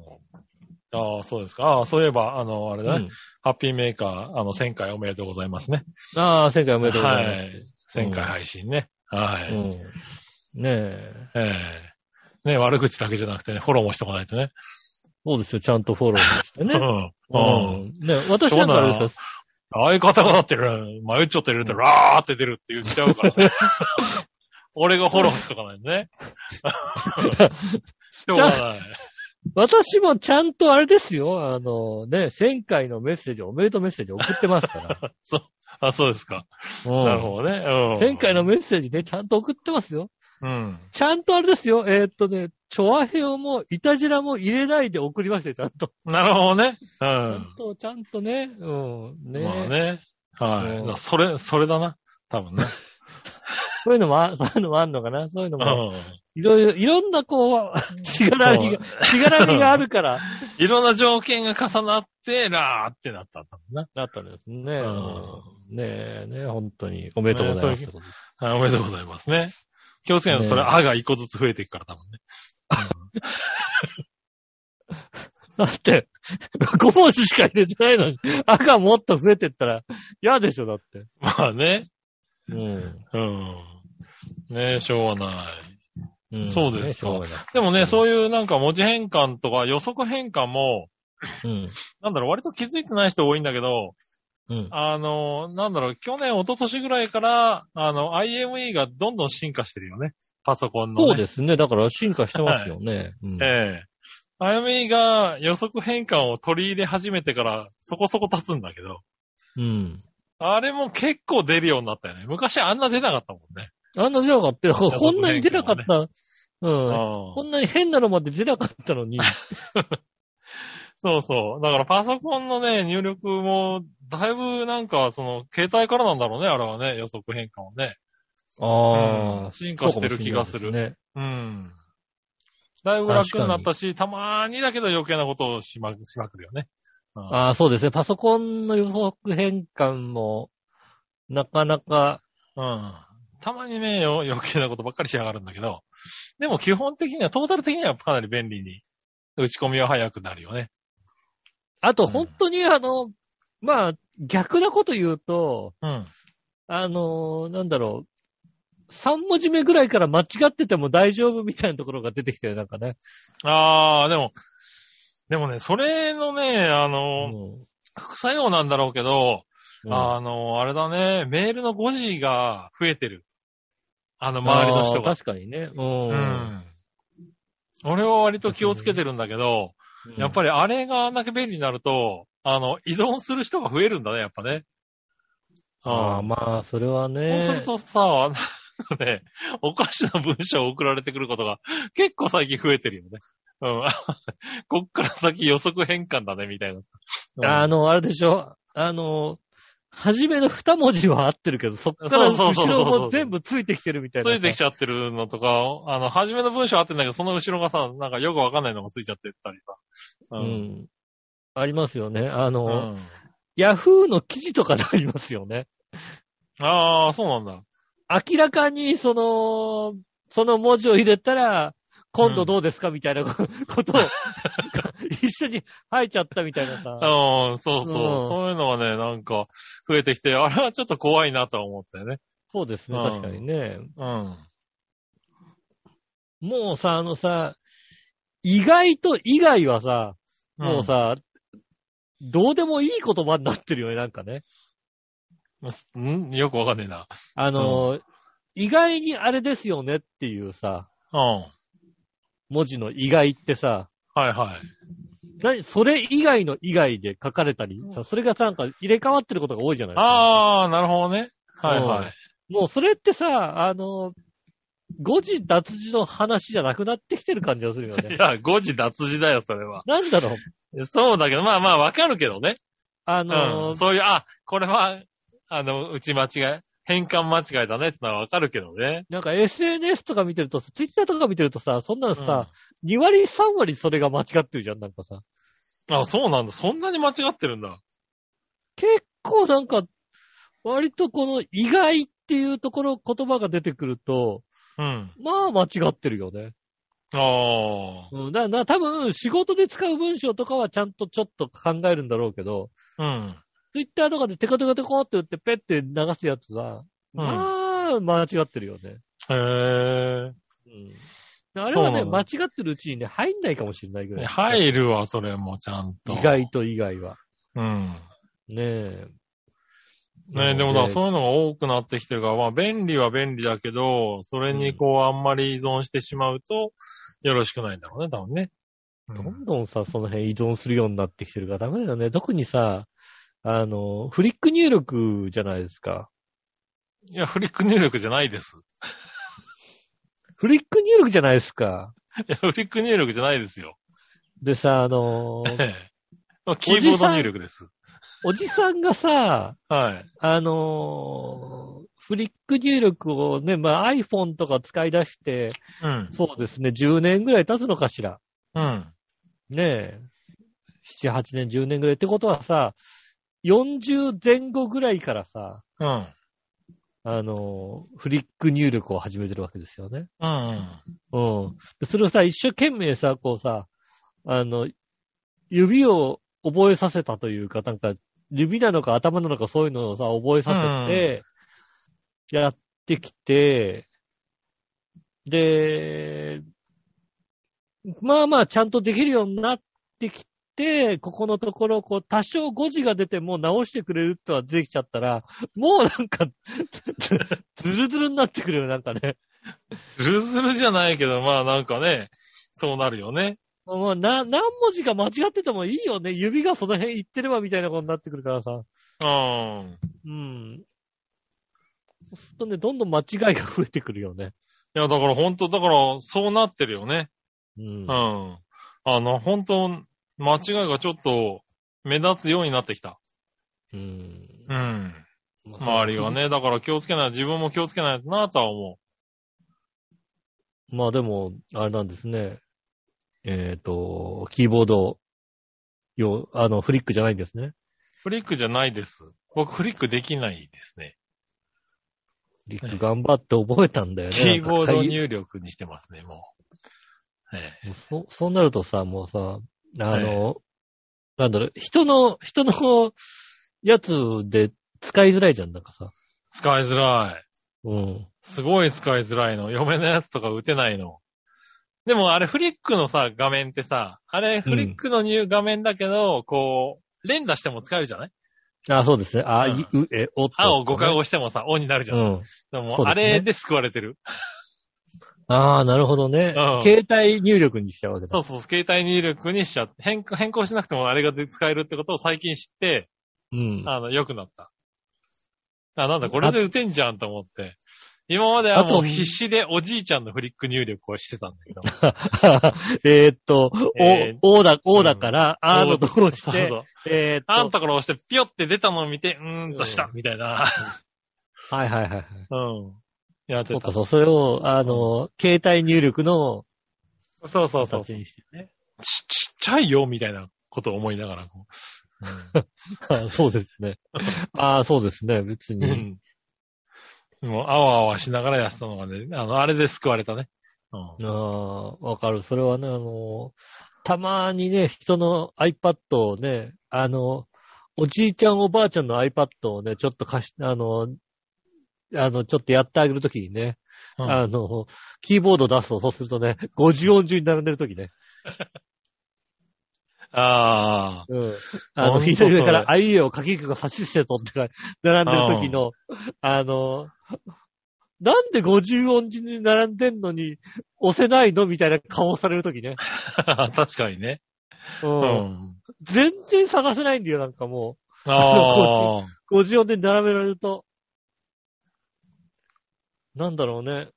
Speaker 3: ああ、そうですか。ああ、そういえば、あの、あれだね。
Speaker 2: うん
Speaker 3: ハッピーメーカー、あの、1000回おめでとうございますね。
Speaker 2: ああ、前回おめでとうございます。
Speaker 3: はい。1000回配信ね。はい。
Speaker 2: うん。ねえ。
Speaker 3: ええね悪口だけじゃなくてね、フォローもしておかないとね。
Speaker 2: そうですよ、ちゃんとフォローして
Speaker 3: う
Speaker 2: ね。
Speaker 3: ん。
Speaker 2: う
Speaker 3: うん。
Speaker 2: ん。ね私なんかあれですよ
Speaker 3: 相方がだってる、迷っちゃってると、ラーって出るって言っちゃうから ね。俺がフォローしとかないとね。しょうがない。
Speaker 2: 私もちゃんとあれですよ、あの、ね、1000回のメッセージ、おめでとうメッセージ送ってますから。
Speaker 3: あ、そうですか。
Speaker 2: うん
Speaker 3: なるほどね。うん。
Speaker 2: 前回のメッセージね、ちゃんと送ってますよ。
Speaker 3: うん。
Speaker 2: ちゃんとあれですよ、えーっとね、チョアヘオも、イタジラも入れないで送りましたよ、ちゃんと。
Speaker 3: なるほどね。
Speaker 2: ち
Speaker 3: う
Speaker 2: ゃ
Speaker 3: ん
Speaker 2: ん。と、ちゃんとね、うん、ね。
Speaker 3: まあね。はい。
Speaker 2: う
Speaker 3: だ
Speaker 2: ん
Speaker 3: からそれ、それだな。多分ね。
Speaker 2: そういうのもあ、 そういうのもあんのかな、そういうの
Speaker 3: う
Speaker 2: も。
Speaker 3: ん。
Speaker 2: いろいろ、いろんなこう、しがらみが、しがらみがあるから、
Speaker 3: いろんな条件が重なって、ラーってなったんだもんな。
Speaker 2: なったんですね。
Speaker 3: ん
Speaker 2: ねえ、ねえ、本当に。おめでとうございます
Speaker 3: ね。あおめでとうございますね。気をつけないと、それ、
Speaker 2: ね
Speaker 3: あが一個ずつ増えていくから、多分ね。
Speaker 2: だって、5文字しか入れてないのに、赤もっと増えてったら嫌でしょ、だって。
Speaker 3: まあね。
Speaker 2: うん。
Speaker 3: うん。ねえ、しょうがない。
Speaker 2: うん
Speaker 3: そうですか
Speaker 2: ねしょうがない
Speaker 3: でもね、そういうなんか文字変換とか予測変換も、
Speaker 2: うん。
Speaker 3: なんだろう、割と気づいてない人多いんだけど、
Speaker 2: うん。
Speaker 3: あの、なんだろう、去年、一昨年ぐらいから、あの、IME がどんどん進化してるよね。パソコンの、ね。
Speaker 2: そうですね。だから進化してますよね。うん
Speaker 3: ええ。あやみが予測変換を取り入れ始めてからそこそこ経つんだけど、
Speaker 2: うん。
Speaker 3: あれも結構出るようになったよね。昔あんな出なかったもんね。
Speaker 2: あんな出なかったよ。こんなに出なかった。うん。こ
Speaker 3: うん
Speaker 2: んなに変なのまで出なかったの に。
Speaker 3: そうそう。だからパソコンのね、入力も、だいぶなんか、その、携帯からなんだろうね、あれはね、予測変換をね。
Speaker 2: ああ、
Speaker 3: 進化してる気がする。
Speaker 2: ね。
Speaker 3: うん。だいぶ楽になったし、たまーにだけど余計なことをしましまくるよね。うん
Speaker 2: ああ、そうですね。パソコンの予測変換も、なかなか、
Speaker 3: うん。たまにね、よ余計なことばっかりしやがるんだけど、でも基本的には、トータル的にはかなり便利に、打ち込みは早くなるよね。
Speaker 2: あと
Speaker 3: うん
Speaker 2: 本当にあの、まあ、逆なこと言うと、
Speaker 3: うん。
Speaker 2: あのーなんだろう、3文字目ぐらいから間違ってても大丈夫みたいなところが出てきてる、なんかね。
Speaker 3: あー、でも、でもね、それのね、あの、
Speaker 2: うん
Speaker 3: 副作用なんだろうけど、
Speaker 2: うん
Speaker 3: あの、あれだね、メールの誤字が増えてる。あの、周りの人
Speaker 2: あ
Speaker 3: が
Speaker 2: ー。確かにね。う。
Speaker 3: うんん。俺は割と気をつけてるんだけど、やっぱ
Speaker 2: り。
Speaker 3: りあれがあんだけ便利になると、あの、依存する人が増えるんだね、やっぱね。
Speaker 2: あ
Speaker 3: う
Speaker 2: あ、
Speaker 3: ん
Speaker 2: まあ、それは
Speaker 3: そう
Speaker 2: ね。
Speaker 3: するとさ、なんかね、おかしな文章を送られてくることが結構最近増えてるよね。うん。 こっから先予測変換だね、みたいな。うん
Speaker 2: あの、あれでしょあの、初めの二文字は合ってるけど、そっから
Speaker 3: そう
Speaker 2: 後
Speaker 3: そうそうそう
Speaker 2: ろも全部ついてきてるみたいな。
Speaker 3: ついてきちゃってるのとか、あの、初めの文章あってんだけど、その後ろがさ、なんかよくわかんないのがついちゃってたりさ。う。
Speaker 2: うんん。ありますよね。あ
Speaker 3: う
Speaker 2: の、
Speaker 3: ん、
Speaker 2: ヤフーの記事とかでありますよね。
Speaker 3: ああ、そうなんだ。
Speaker 2: 明らかに、その、その文字を入れたら、今度どうですかみたいなこことを、一緒に入っちゃったみたいな さ。
Speaker 3: うん、そ
Speaker 2: う
Speaker 3: うそう、
Speaker 2: ん
Speaker 3: そういうのはね、なんか、増えてきて、あれはちょっと怖いなとは思ったよね。
Speaker 2: そうですね、
Speaker 3: うん
Speaker 2: 確かにね。
Speaker 3: うん。
Speaker 2: もうさ、あのさ、意外と以外はさ、もうさ、どうでもいい言葉になってるよね、なんかね。
Speaker 3: うん、んよくわかんねえな。
Speaker 2: あの、意外にあれですよねっていうさ、
Speaker 3: うん。
Speaker 2: 文字の意外ってさ、
Speaker 3: はいはい。
Speaker 2: 何それ以外の以外で書かれたりさ、それがさ、なんか入れ替わってることが多いじゃないですか。
Speaker 3: ああ、なるほどね。はいはい。
Speaker 2: もうそれってさ、あの、誤字脱字の話じゃなくなってきてる感じがするよ
Speaker 3: い
Speaker 2: ね。
Speaker 3: や、誤字脱字だよ、それは。
Speaker 2: なんだろう、
Speaker 3: そうだけど、まあまあ、わかるけどね。
Speaker 2: あ
Speaker 3: う
Speaker 2: の
Speaker 3: ん。、そういう、あ、これは、あの、打ち間違い、変換間違いだねってのはわかるけどね。
Speaker 2: なんか SNS とか見てると、ツイッターとか見てるとさ、そんなのさ、2割3割それが間違ってるじゃん、なんかさ。
Speaker 3: あ、そうなんだ。そんなに間違ってるんだ。
Speaker 2: 結構なんか、割とこの意外っていうところ、言葉が出てくると、
Speaker 3: うん。
Speaker 2: まあ間違ってるよね。
Speaker 3: あ
Speaker 2: うん、だから多分仕事で使う文章とかはちゃんとちょっと考えるんだろうけど、
Speaker 3: あ。うん。
Speaker 2: ツイッターとかでテカテカテコって打ってペッて流すやつが、まあ間違ってるよね。
Speaker 3: へ
Speaker 2: うん、あれは
Speaker 3: そうな
Speaker 2: ね、
Speaker 3: の
Speaker 2: 間違ってるうちにね、入んないかもしれないぐら
Speaker 3: え。
Speaker 2: い。
Speaker 3: 入るわ、それもちゃんと。
Speaker 2: 意外と以外は。
Speaker 3: うん。
Speaker 2: ねえ。
Speaker 3: ねでもだ、そういうのが多くなってきてるから、まあ便利は便利だけど、それにこう、あんまり依存してしまうと、よろしくないんだろうね、多分ね。う
Speaker 2: どん
Speaker 3: ん、
Speaker 2: どんさ、その辺依存するようになってきてるからダメだよね。特にさ、あの、フリック入力じゃないですか。
Speaker 3: いや、フリック入力じゃないです。
Speaker 2: フリック入力じゃないですか。
Speaker 3: いや、フリック入力じゃないですよ。
Speaker 2: でさ、あ の
Speaker 3: え、えキーボード入力です。
Speaker 2: おじさんがさ、
Speaker 3: はい。
Speaker 2: あのフリック入力をね、まあ iPhone とか使い出して、
Speaker 3: うん。
Speaker 2: そうですね、10年ぐらい経つのかしら。
Speaker 3: うん。
Speaker 2: ねえ。7、8年、10年ぐらいってことはさ、40前後ぐらいからさ、
Speaker 3: うん。
Speaker 2: あの、フリック入力を始めてるわけですよね。
Speaker 3: うん。
Speaker 2: うん。でそれをさ、一生懸命さ、こうさ、あの、指を覚えさせたというか、なんか、指なのか頭なのかそういうのをさ、覚えさせて、やってきて、で、まあまあちゃんとできるようになってきて、ここのところ、こう、多少誤字が出ても直してくれるとはできちゃったら、もうなんか、ずるずるになってくるよ、なんかね。
Speaker 3: ズルズルじゃないけど、まあなんかね、そうなるよね。
Speaker 2: もうな、何文字か間違っててもいいよね。指がその辺行ってればみたいなことになってくるからさ。
Speaker 3: うん。
Speaker 2: うん。そうするとね、どんどん間違いが増えてくるよね。
Speaker 3: いや、だから本当、だから、そうなってるよね。
Speaker 2: うん
Speaker 3: う。ん。あの、本当、間違いがちょっと、目立つようになってきた。
Speaker 2: うん。
Speaker 3: うん。周りが。ね、だから気をつけない、自分も気をつけないとなとは思
Speaker 2: まあでも、あれなんですね。えっ、と、キーボード、よ、あの、フリックじゃないんですね。
Speaker 3: う。フリックじゃないです。僕フリックできないですね。
Speaker 2: フリック頑張って覚えたんだよね。
Speaker 3: キーボー
Speaker 2: な
Speaker 3: ド
Speaker 2: んか
Speaker 3: 入力にしてますね、もう。え
Speaker 2: 大そ、そうなるとさ、もうさ、あの、なんだろう、人の、人のやつで使いづらいじゃん、なんかさ。
Speaker 3: え使いづらい。
Speaker 2: うん。
Speaker 3: すごい使いづらいの。嫁のやつとか打てないの。でもあれフリックのさ、画面ってさ、あれフリックの入画面だけど、こう、連打しても使えるじゃない
Speaker 2: あ、そうですね。あ、
Speaker 3: うん
Speaker 2: い、う、え、おっと、
Speaker 3: 青を5回押してもさ、O になるじゃ。
Speaker 2: うんん。
Speaker 3: でも
Speaker 2: そうですね
Speaker 3: あれで救われてる。
Speaker 2: ああ、なるほどね、
Speaker 3: うん
Speaker 2: 携帯入力にしちゃうわけだ。
Speaker 3: そうそう、携帯入力にしちゃって、変更変更しなくてもあれが使えるってことを最近知って、
Speaker 2: うん。
Speaker 3: あの、良くなった。あ、なんだ、これで打てんじゃんと思って。今まではも
Speaker 2: あと
Speaker 3: う必死でおじいちゃんのフリック入力をしてたんだけど。
Speaker 2: えーっと、
Speaker 3: えー
Speaker 2: お、おだ、おだから、 あーのところし
Speaker 3: そう
Speaker 2: て
Speaker 3: そ、う
Speaker 2: えーっと、
Speaker 3: あんところ押して、ピョって出たのを見て、うーんとした
Speaker 2: う、ん
Speaker 3: みたいな。
Speaker 2: はいはいはいはい。
Speaker 3: うん。やって
Speaker 2: そう
Speaker 3: た
Speaker 2: か。そう、それを、あの、携帯入力の
Speaker 3: そうそうそう。
Speaker 2: 形
Speaker 3: ち
Speaker 2: にしてね。
Speaker 3: ちっちゃいよ、みたいなことを思いながら。こ
Speaker 2: あそうです ね。ああ、そうですね。別
Speaker 3: うう
Speaker 2: に。
Speaker 3: ん。もう、あわあわしながらやってたのがね、あの、あれで救われたね。うん。
Speaker 2: ああ、わかる。それはね、あの、たまにね、人の iPad をね、あの、おじいちゃんおばあちゃんの iPad をね、ちょっと貸し、あの、あの、ちょっとやってあげるときにね、
Speaker 3: うん
Speaker 2: あの、キーボード出すと、そうするとね、50音順に並んでるときね。
Speaker 3: ああ。
Speaker 2: うん。あの、
Speaker 3: ほんと
Speaker 2: 左上か
Speaker 3: それ
Speaker 2: ら、あいうえを書きくが指してとって並んでるときの、あの、なんで50音順に並んでんのに、押せないのみたいな顔をされるときね。
Speaker 3: 確かにね。
Speaker 2: う。
Speaker 3: うんん。
Speaker 2: 全然探せないんだよ、なんかも
Speaker 3: ああ。
Speaker 2: う。50音で並べられると。なんだろうね。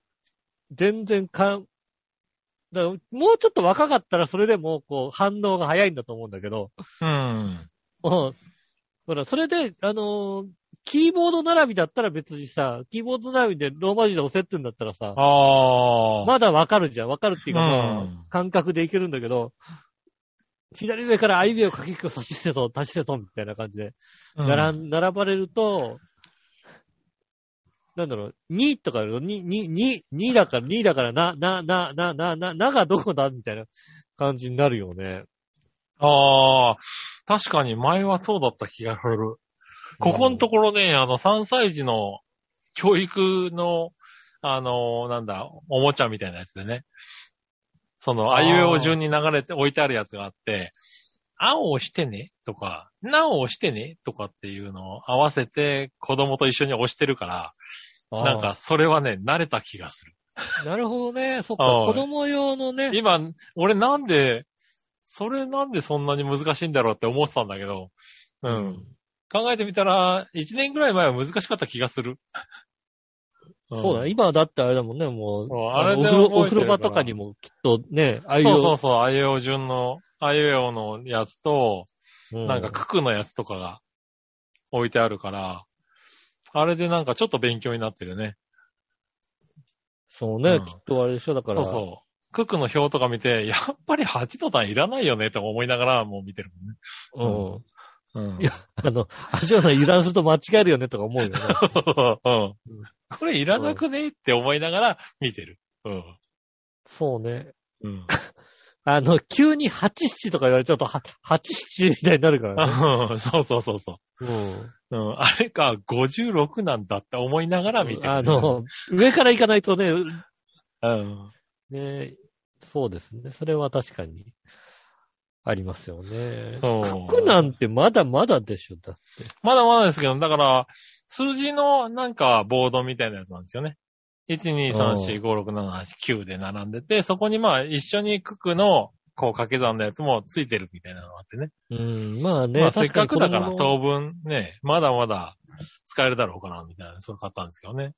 Speaker 2: 全然かん、だからもうちょっと若かったらそれでも、こう、反応が早いんだと思うんだけど、
Speaker 3: うん。
Speaker 2: うん。ほら、それで、あのーキーボード並びだったら別にさ、キーボード並びでローマ字で押せってんだったらさ、
Speaker 3: ああ。
Speaker 2: まだわかるじゃん。わかるっていうか、まあ
Speaker 3: うん
Speaker 2: 感覚でいけるんだけど、左上から相手を書きくを差し捨てと、足してと、みたいな感じで、
Speaker 3: うん
Speaker 2: 並ん並ばれると、なんだろう、2とかだと、2、2、2、2だから、2だから、な、な、な、な、な、な、ながどこだみたいな感じになるよね。
Speaker 3: ああ、確かに前はそうだった気がする。ここのところね、あの、3歳児の教育の、あの、なんだ、おもちゃみたいなやつでね。その、
Speaker 2: あ
Speaker 3: あ
Speaker 2: ー
Speaker 3: いうえを順に流れて、置いてあるやつがあって、青を押してねとか、なお押してねとかっていうのを合わせて子供と一緒に押してるから、
Speaker 2: あー
Speaker 3: なんかそれはね、慣れた気がする。
Speaker 2: なるほどね。そっか
Speaker 3: は。い
Speaker 2: 子供用のね。
Speaker 3: 今、俺なんで、それなんでそんなに難しいんだろうって思ってたんだけど、う。。
Speaker 2: うん
Speaker 3: 考えてみたら、1年ぐらい前は難しかった気が する。ん
Speaker 2: そうだね。今だってあれだもんね、もう。
Speaker 3: そうあれ
Speaker 2: のお
Speaker 3: で
Speaker 2: 風呂
Speaker 3: 覚
Speaker 2: お
Speaker 3: えて
Speaker 2: 風
Speaker 3: る
Speaker 2: 呂
Speaker 3: か
Speaker 2: 場
Speaker 3: ら
Speaker 2: とかにもきっとね、ああい
Speaker 3: そうそうそう、あいうえお順の、あいうえおのやつと、
Speaker 2: うん
Speaker 3: なんか、九九のやつとかが置いてあるから、あれでなんかちょっと勉強になってるね。
Speaker 2: そう
Speaker 3: う
Speaker 2: ね
Speaker 3: ん、
Speaker 2: きっとあれでしょ、だか
Speaker 3: そう
Speaker 2: ら。
Speaker 3: そう。九九の表とか見て、やっぱり8の段いらないよねとか思いながらもう見てる
Speaker 2: うん。
Speaker 3: もんね。うん。
Speaker 2: いやあの、足尾さん油断すると間違えるよねとか思うよね。
Speaker 3: うん。これいらなくねって思いながら見てる。うん。
Speaker 2: そうね。
Speaker 3: うん。
Speaker 2: あの、急に八七とか言われちゃうと、は八七みたいになるからね。
Speaker 3: そうそうそうそう。
Speaker 2: うん。
Speaker 3: うん、あれか、56なんだって思いながら見てる
Speaker 2: あ、の、上から行かないとね、
Speaker 3: うん。
Speaker 2: ね、そうですね。それは確かに、ありますよね。
Speaker 3: そう
Speaker 2: 角なんてまだまだでしょ、だって。
Speaker 3: まだまだですけど、だから、数字のなんかボードみたいなやつなんですよね。1,2,3,4,5,6,7,8,9で並んでて、そこにまあ一緒に九九のこう掛け算のやつもついてるみたいなのがあってね。
Speaker 2: うん、まあね、
Speaker 3: まあせっかく
Speaker 2: 確に
Speaker 3: だから
Speaker 2: 子供の
Speaker 3: 当分ね、まだまだ使えるだろうかなみたいな、そう買ったんですけどね。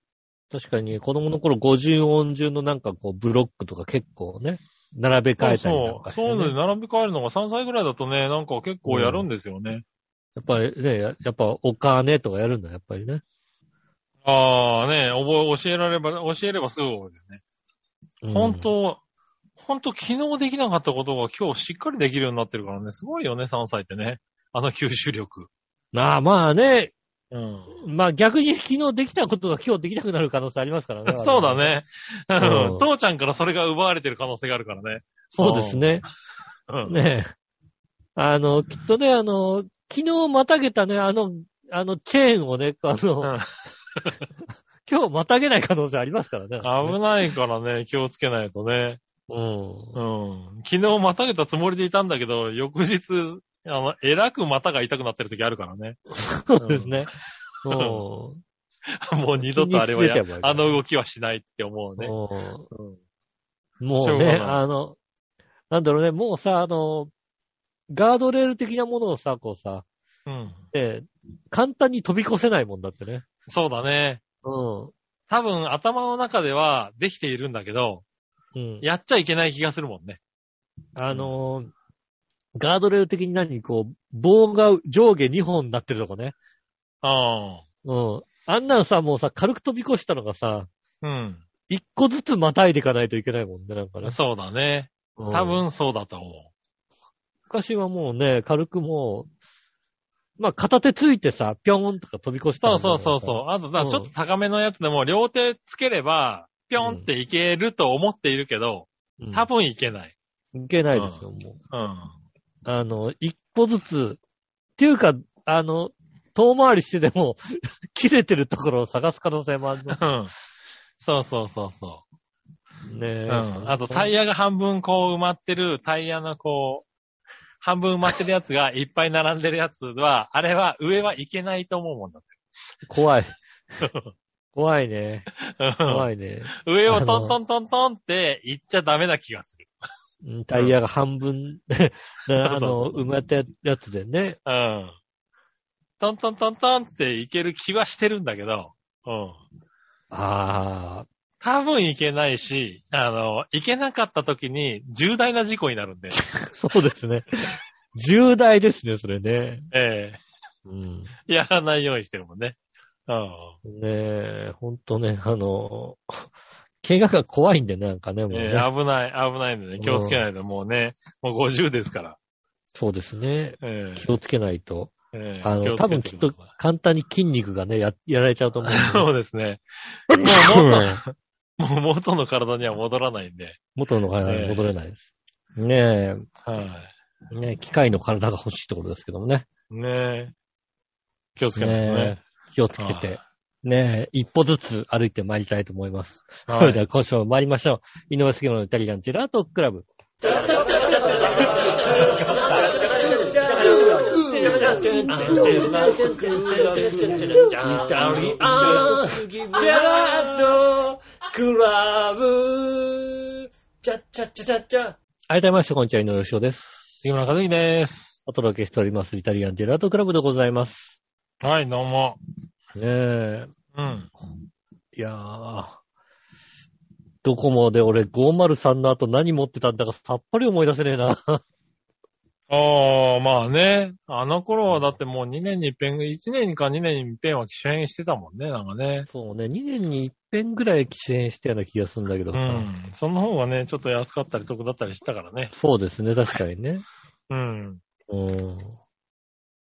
Speaker 2: 確かに子供の頃50音順のなんかこうブロックとか結構ね、並べ替えたりなん
Speaker 3: そ
Speaker 2: か
Speaker 3: う、
Speaker 2: して、
Speaker 3: そう
Speaker 2: ね。
Speaker 3: いうので並び替えるのが3歳ぐらいだとね、なんか結構やるんですよね。
Speaker 2: やっぱりね、ややっぱお金とかやるんだ、やっぱりね。
Speaker 3: ああね、覚え、教えられれば、教えればすぐ覚えるよね。本当、本当昨日できなかったことが今日しっかりできるようになってるからね、すごいよね、3歳ってね。あの吸収力。
Speaker 2: まあまあね、
Speaker 3: うん。
Speaker 2: まあ逆に昨日できたことが今日できなくなる可能性ありますからね。
Speaker 3: そうだ。ね。
Speaker 2: ん
Speaker 3: うん父ちゃんからそれが奪われてる可能性があるからね。
Speaker 2: そうですね。
Speaker 3: うん。
Speaker 2: ねえ。あの、きっとね、あの、昨日またげたね、あの、あのチェーンをね、あの、
Speaker 3: うん
Speaker 2: 今日またげない可能性ありますからね。
Speaker 3: 危ないからね、気をつけないとね。
Speaker 2: うん。
Speaker 3: うん。昨日またげたつもりでいたんだけど、翌日、あの、えらく股が痛くなってる時あるからね。
Speaker 2: そうですね。うん。
Speaker 3: もう二度とあれはや
Speaker 2: 筋肉出ちゃうから
Speaker 3: あの動きはしないって思うね。
Speaker 2: うん
Speaker 3: うん
Speaker 2: も
Speaker 3: しょ
Speaker 2: う
Speaker 3: うがな
Speaker 2: ね、
Speaker 3: い
Speaker 2: あの、なんだろうね、もうさ、あの、ガードレール的なものをさ、こうさ、
Speaker 3: うん。
Speaker 2: ええ簡単に飛び越せないもんだってね。
Speaker 3: そうだね。
Speaker 2: うん。
Speaker 3: 多分頭の中ではできているんだけど、
Speaker 2: うん。
Speaker 3: やっちゃいけない気がするもんね。
Speaker 2: あのーガードレール的に何こう、棒が上下2本になってるとこね。
Speaker 3: あ
Speaker 2: うん。あんなのさ、もうさ、軽く飛び越したのがさ、
Speaker 3: あ。うん。
Speaker 2: 1個ずつまたいでいかないといけないもんね、なんかね。
Speaker 3: そうだね。
Speaker 2: うん
Speaker 3: 多。分そうだと思
Speaker 2: 昔はもうね、軽くもう、まあ、片手ついてさ、ぴょーんとか飛び越し
Speaker 3: う。
Speaker 2: た
Speaker 3: そ
Speaker 2: の
Speaker 3: う
Speaker 2: が
Speaker 3: そうそうそう。あと、だ
Speaker 2: うん
Speaker 3: ちょっと高めのやつでも両手つければ、ぴょんっていけると思っているけど、
Speaker 2: うん
Speaker 3: 多分いけない。
Speaker 2: いけないですよ、もう。
Speaker 3: うん。
Speaker 2: あの、一歩ずつ、っていうか、あの、遠回りしてでも、 切れてるところを探す可能性もあるの。
Speaker 3: うん。そうそうそうそ
Speaker 2: ね
Speaker 3: う。
Speaker 2: え。
Speaker 3: うん。あと、タイヤが半分こう埋まってる、タイヤのこう、半分埋まってるやつがいっぱい並んでるやつは、あれは上はいけないと思うもんだって。
Speaker 2: 怖い。 怖いね。怖いね。
Speaker 3: 上をトントントントンって行っちゃダメな気がする。
Speaker 2: うんタイヤが半分、 あ
Speaker 3: そ
Speaker 2: の、
Speaker 3: うそうそう
Speaker 2: 埋まったやつでね。
Speaker 3: うん。トントントントンって行ける気はしてるんだけど、うん。
Speaker 2: ああ、
Speaker 3: 多分行けないし、あの、行けなかった時に重大な事故になるんで、
Speaker 2: そうですね。重大ですね、それね。
Speaker 3: え
Speaker 2: うん。
Speaker 3: えやらないようにしてるもんね。うん。
Speaker 2: ねえ、ほんとね、あの、怪我が怖いんでね、なんかね、もうね
Speaker 3: えー危ない、危ないので、気をつけないと、もうね、もう50ですから。
Speaker 2: そうですね。
Speaker 3: え
Speaker 2: 気をつけないと。
Speaker 3: ーえー
Speaker 2: あの、多分きっと簡単に筋肉がね、や、やられちゃうと思うん で
Speaker 3: そうですね。 もう元の、もう元の体には戻らないんで。
Speaker 2: 元の体に戻れないです。ね
Speaker 3: は
Speaker 2: え、ねえ、機械の体が欲しいところですけどもね。
Speaker 3: い。ねえ。気をつけないとね。
Speaker 2: 気をつけて、ねえ、一歩ずつ歩いて参りたいと思います。そ
Speaker 3: は
Speaker 2: れで
Speaker 3: い。
Speaker 2: は今週も参りましょう。井上杉村のイタリアンジェラートクラブ。改めまして、こんにちは、井上芳雄です。
Speaker 3: 杉村和樹です。
Speaker 2: お届けしております、イタリアンジェラートクラブでございます。
Speaker 3: はい、どうも。
Speaker 2: ねえ、
Speaker 3: うん。
Speaker 2: いやー、ドコモで俺503の後何持ってたんだかさっぱり思い出せねえな。
Speaker 3: ああ、まあね。あの頃はだってもう2年に一遍、1年か2年に一遍は機種変してたもんね、なんかね。
Speaker 2: そうね、2年に一遍ぐらい帰省したような気がするんだけど
Speaker 3: う
Speaker 2: さ。
Speaker 3: ん。その方がね、ちょっと安かったり得だったりしたからね。
Speaker 2: そうですね、確かにね。
Speaker 3: うん。
Speaker 2: うん。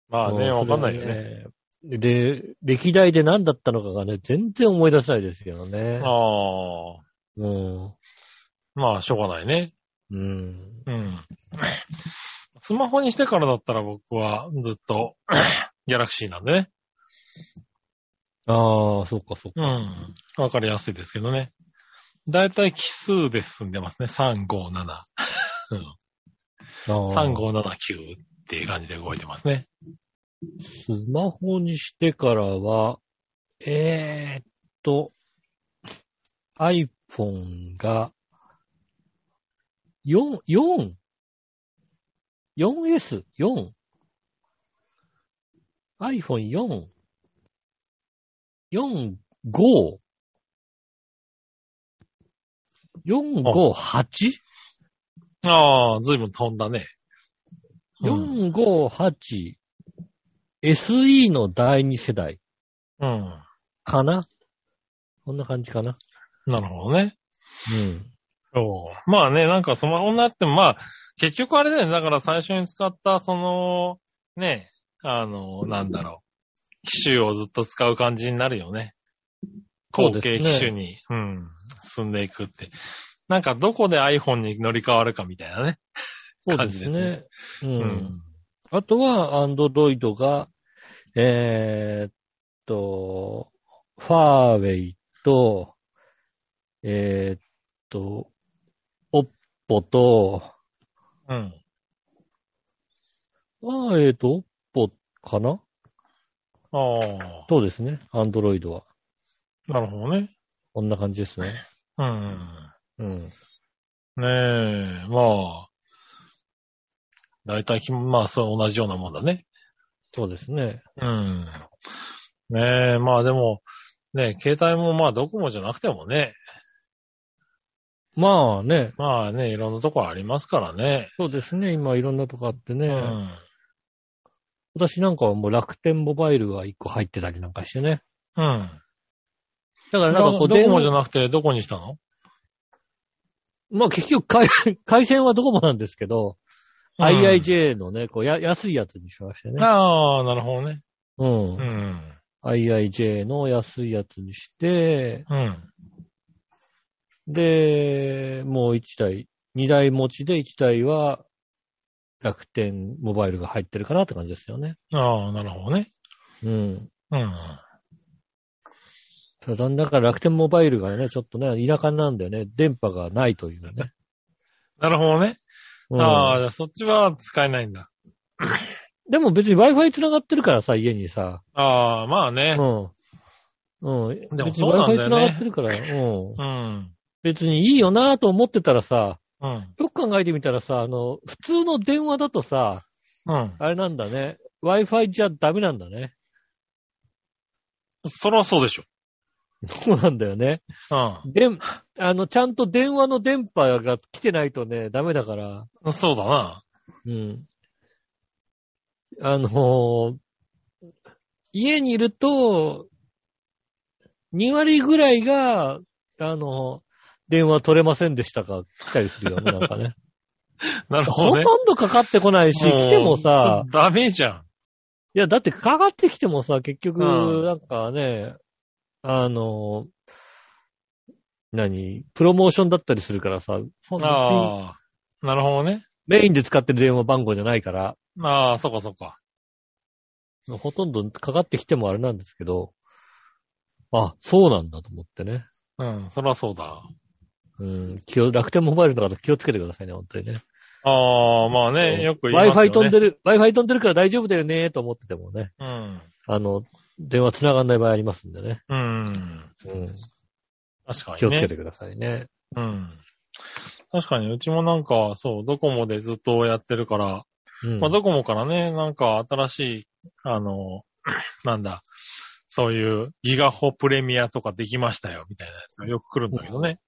Speaker 3: まあね、
Speaker 2: も
Speaker 3: わ
Speaker 2: う
Speaker 3: かんないよね。
Speaker 2: それはね。で、歴代で何だったのかがね、全然思い出せないですけどね。
Speaker 3: ああ、
Speaker 2: うん。
Speaker 3: まあ、しょうがないね。
Speaker 2: うん。
Speaker 3: うん。スマホにしてからだったら僕はずっとギャラクシーなんでね。
Speaker 2: ああ、そうか、そうか。
Speaker 3: うん。わかりやすいですけどね。だいたい奇数で進んでますね。3、5、7。
Speaker 2: あー
Speaker 3: 3、5、7、9っていう感じで動いてますね。
Speaker 2: スマホにしてからは、えー、っと、iPhone が、4、4、4S、4。iPhone 4、4、5、4、5、8?
Speaker 3: ああ、ずいぶん飛んだね。うん。
Speaker 2: 458SE の第2世代
Speaker 3: うん。
Speaker 2: かなこんな感じかな。
Speaker 3: なるほどね。
Speaker 2: うん。
Speaker 3: そう。まあね、なんかスマホになっても、まあ、結局あれだよね。だから最初に使った、その、ね、あの、なんだろう。機種をずっと使う感じになるよね。後継機種に、うん、進んでいくって。なんかどこで iPhone に乗り換わるかみたいなね。
Speaker 2: そうですね。う。。
Speaker 3: うん
Speaker 2: あとは、アンドロイドが、えーっと、ファーウェイと、えーっと、オッポと、
Speaker 3: うん。
Speaker 2: あーえーっと、オッポかな
Speaker 3: ああ、
Speaker 2: そうですね。アンドロイドは。
Speaker 3: なるほどね。
Speaker 2: こんな感じですね。
Speaker 3: うん。
Speaker 2: うん。
Speaker 3: ねえ、まあ。大体き、まあ、そう同じようなもんだね。
Speaker 2: そうですね。
Speaker 3: うん。ねえ、まあでも、ねえ携帯もまあドコモじゃなくてもね、
Speaker 2: まあね、
Speaker 3: まあね、いろんなところありますからね。
Speaker 2: そうですね。今いろんなとこあってね。
Speaker 3: うん。
Speaker 2: 私なんかはもう楽天モバイルが一個入ってたりなんかしてね。
Speaker 3: うん。
Speaker 2: だから
Speaker 3: な
Speaker 2: なん
Speaker 3: ん
Speaker 2: か
Speaker 3: か
Speaker 2: こう
Speaker 3: こう、ドコ
Speaker 2: 電
Speaker 3: モじゃ
Speaker 2: 話、
Speaker 3: なくてどこにしたの
Speaker 2: まあ結局回 回線はドコモなんですけど、
Speaker 3: うん
Speaker 2: IIJ のね、こうや安いやつにしましてね。
Speaker 3: ああ、なるほどね。
Speaker 2: う。
Speaker 3: うんん。
Speaker 2: IIJ の安いやつにして、
Speaker 3: うん。
Speaker 2: で、もう1台、2台持ちで1台は楽天モバイルが入ってるかなって感じですよね。
Speaker 3: ああ、なるほどね。
Speaker 2: うん。
Speaker 3: うん。
Speaker 2: ただ、だから楽天モバイルがね、ちょっとね、田舎なんでね、電波がないというね。
Speaker 3: なるほどね。
Speaker 2: うん
Speaker 3: ああ、じゃあそっちは使えないんだ。
Speaker 2: でも別に Wi-Fi 繋がってるからさ、家にさ。
Speaker 3: ああ、まあね。
Speaker 2: うん。うん。
Speaker 3: でも
Speaker 2: 別に
Speaker 3: そうなん
Speaker 2: Wi-Fi
Speaker 3: だよね
Speaker 2: 繋がってるから、うん。
Speaker 3: うん。
Speaker 2: 別にいいよなぁと思ってたらさ、
Speaker 3: うん。
Speaker 2: よく考えてみたらさ、あの、普通の電話だとさ、
Speaker 3: うん。
Speaker 2: あれなんだね。Wi-Fi じゃダメなんだね。
Speaker 3: そらそうでしょ。
Speaker 2: そうなんだよね。
Speaker 3: う
Speaker 2: で、あの、ちゃんと電話の電波が来てないとね、ダメだから。
Speaker 3: ん。そうだな。
Speaker 2: うん。あのー家にいると、2割ぐらいが、あのー電話取れませんでしたか来たりするよ ね、なんかね。
Speaker 3: なるほ
Speaker 2: ほ
Speaker 3: どね。
Speaker 2: とんどかかってこないし、来てもさ
Speaker 3: う、ダメじゃん。
Speaker 2: いや、だってかかってきてもさ、結局、
Speaker 3: うん
Speaker 2: なんかね、あのー何プロモーションだったりするからさ、そんな
Speaker 3: ああ、なるほどね。
Speaker 2: メインで使ってる電話番号じゃないから、
Speaker 3: ああ、そうかそうか。
Speaker 2: ほとんどかかってきてもあれなんですけど、あ、そうなんだと思ってね。
Speaker 3: うん、そりゃそうだ。
Speaker 2: うん、気を、楽天モバイルの方気をつけてくださいね、本当にね。
Speaker 3: ああ、まあね、よく言いますよ、
Speaker 2: Wi-Fi
Speaker 3: ね。
Speaker 2: 飛んでる、Wi-Fi 飛んでるから大丈夫だよね、と思っててもね。
Speaker 3: うん。
Speaker 2: あの、電話繋がんない場合ありますんでね。
Speaker 3: うん。
Speaker 2: うん、
Speaker 3: 確かにね。
Speaker 2: 気をつけてくださいね。
Speaker 3: うん。確かに、うちもなんか、そう、ドコモでずっとやってるから、
Speaker 2: うん。
Speaker 3: まあドコモからね、なんか新しい、あの、 なんだ、そういうギガホプレミアとかできましたよ、みたいなやつがよく来るんだけどね。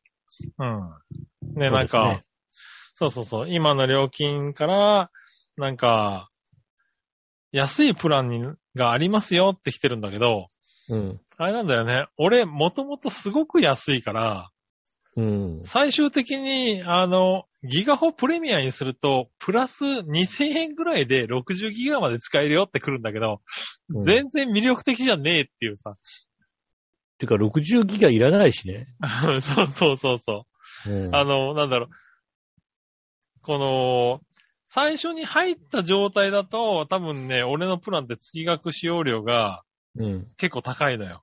Speaker 3: うん。ね、
Speaker 2: そう
Speaker 3: なん
Speaker 2: ですね
Speaker 3: か、そうそうそう、今の料金から、なんか、安いプランにがありますよって来てるんだけど、
Speaker 2: うん。
Speaker 3: あれなんだよね。俺、もともとすごく安いから、
Speaker 2: うん。
Speaker 3: 最終的に、あの、ギガホプレミアにすると、プラス2000円ぐらいで60ギガまで使えるよって来るんだけど、
Speaker 2: うん
Speaker 3: 全然魅力的じゃねえっていうさ。
Speaker 2: てか、60ギガいらないしね。
Speaker 3: そうそうそうそう。
Speaker 2: うん。
Speaker 3: あの、なんだろう。この、最初に入った状態だと、多分ね、俺のプランって月額使用料が
Speaker 2: うん。
Speaker 3: 結構高いのよ。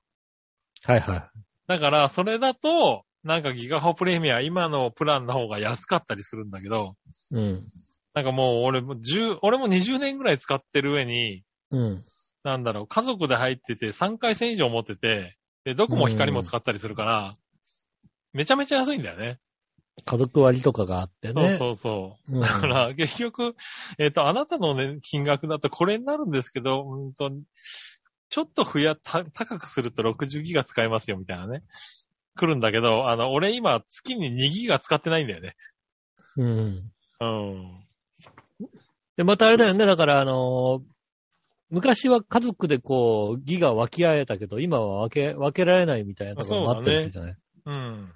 Speaker 2: はいは
Speaker 3: だから、それだと、なんかギガホプレミア、今のプランの方が安かったりするんだけど、
Speaker 2: い。うん。
Speaker 3: なんかもう俺も10、俺も20年ぐらい使ってる上に、
Speaker 2: うん。
Speaker 3: なんだろう、家族で入ってて3回線以上持ってて、で、ドコモ光も使ったりするから、めちゃめちゃ安いんだよね。
Speaker 2: 家族割とかがあって
Speaker 3: そう
Speaker 2: ね。
Speaker 3: そうそう。
Speaker 2: うん。
Speaker 3: だから、結局、えっ、と、あなたのね、金額だとこれになるんですけど、うんと、ちょっと増や、た、高くすると60ギガ使えますよ、みたいなね。来るんだけど、あの、俺今、月に2ギガ使ってないんだよね。
Speaker 2: うん。
Speaker 3: うん。
Speaker 2: で、またあれだよね。だから、あのー昔は家族でこう、義が分け合えたけど、今は分け、分けられないみたいなところもあったりするじゃない。
Speaker 3: うん。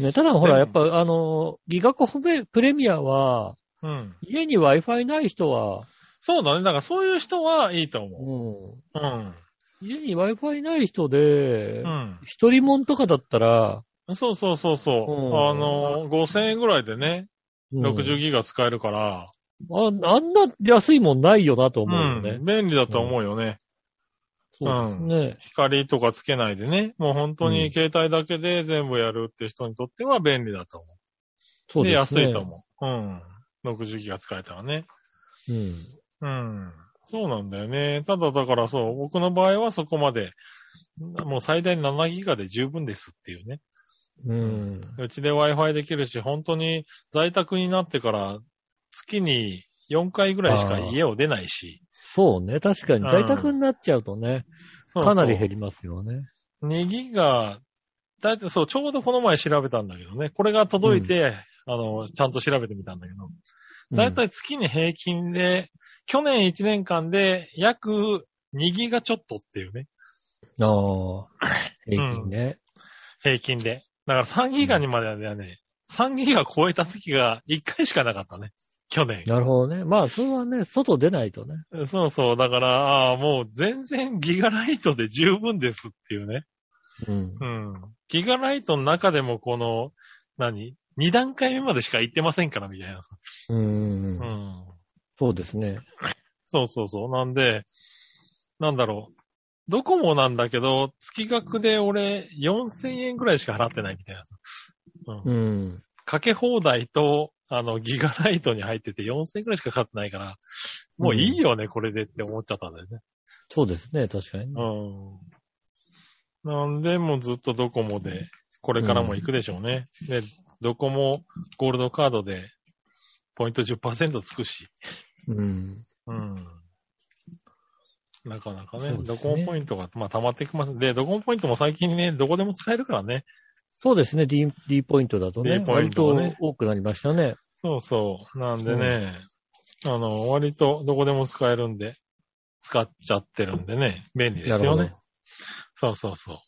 Speaker 2: ね、ただほら、
Speaker 3: で
Speaker 2: やっ
Speaker 3: も
Speaker 2: ぱ、あの、ギガコフベプレミアは、
Speaker 3: うん。
Speaker 2: 家に Wi-Fi ない人は、
Speaker 3: そうだね。だからそういう人はいいと思
Speaker 2: うん、
Speaker 3: う。うん。
Speaker 2: 家に Wi-Fi ない人で
Speaker 3: う、ん。
Speaker 2: 一人もんとかだったら、
Speaker 3: そうそうそうそう。
Speaker 2: うん
Speaker 3: あの、5000円ぐらいでね、
Speaker 2: うん
Speaker 3: 60ギガ使えるから、
Speaker 2: あ、あんな安いもんないよなと
Speaker 3: う
Speaker 2: 思うよ
Speaker 3: ん、
Speaker 2: ね。
Speaker 3: 便利だと思うよね。
Speaker 2: そうですね。
Speaker 3: 光とかつけないでね、もう本当
Speaker 2: うん
Speaker 3: に携帯だけで全部やるっていう人にとっては便利だと思う。
Speaker 2: そう
Speaker 3: で、
Speaker 2: です
Speaker 3: 安
Speaker 2: ね。
Speaker 3: いと思う。うん。60ギガ使えたらね。
Speaker 2: う。
Speaker 3: うん。そうなんだよね。ただだからそう、僕の場合はそこまで、もう最大7ギガで十分ですっていうね。
Speaker 2: ん。うん。
Speaker 3: うちで Wi-Fi できるし、本当に在宅になってから月に4回ぐらいしか家を出ないし、
Speaker 2: そうね。確かに
Speaker 3: うん
Speaker 2: 在宅になっちゃうとね、
Speaker 3: そうそう
Speaker 2: かなり減りますよね。
Speaker 3: 2ギガ、だいたいそう、ちょうどこの前調べたんだけどね、これが届いて、あの、ちゃんと調べてみたんだけど、だいたい月に平均で、去年1年間で約2ギガちょっとっていうね、
Speaker 2: うんああ。平均ね。
Speaker 3: 平均で。だから3ギガにまではね、3ギガ超えた月が1回しかなかったね、去年。
Speaker 2: なるほどね。まあ、それはね、外出ないとね。
Speaker 3: そうそう。だから、ああ、もう全然ギガライトで十分ですっていうね。
Speaker 2: うん。
Speaker 3: うん。ギガライトの中でもこの、何二段階目までしか行ってませんから、みたいな。
Speaker 2: うん
Speaker 3: う。
Speaker 2: ん、
Speaker 3: ん。
Speaker 2: そうですね。
Speaker 3: そうそうそう。なんで、なんだろう。ドコモなんだけど、月額で俺4000円ぐらいしか払ってないみたいな。うん。
Speaker 2: うん。
Speaker 3: かけ放題と、あの、ギガライトに入ってて4000円ぐらいしか払ってないから、もういいよね、これでって思っちゃったんだよね。
Speaker 2: そうですね、確かに。
Speaker 3: うん。なんで、もうずっとドコモで、これからも行くでしょうね。で、ドコモゴールドカードで、ポイント10%つくし。
Speaker 2: うん。
Speaker 3: うん。なかなか
Speaker 2: そ
Speaker 3: ね、
Speaker 2: うですね
Speaker 3: ドコモポイントが、まあ、溜まってきます。で、ドコモポイントも最近ね、どこでも使えるからね。
Speaker 2: そうですね、D, D ポイントだとね、
Speaker 3: D ポイ
Speaker 2: 割
Speaker 3: ントは
Speaker 2: と
Speaker 3: ね
Speaker 2: 多くなりましたね。
Speaker 3: そうそう。なんでね、あの、割とどこでも使えるんで、使っちゃってるんでね、便利で
Speaker 2: な
Speaker 3: す
Speaker 2: るほ
Speaker 3: よ
Speaker 2: ど
Speaker 3: ね。。そうそうそう。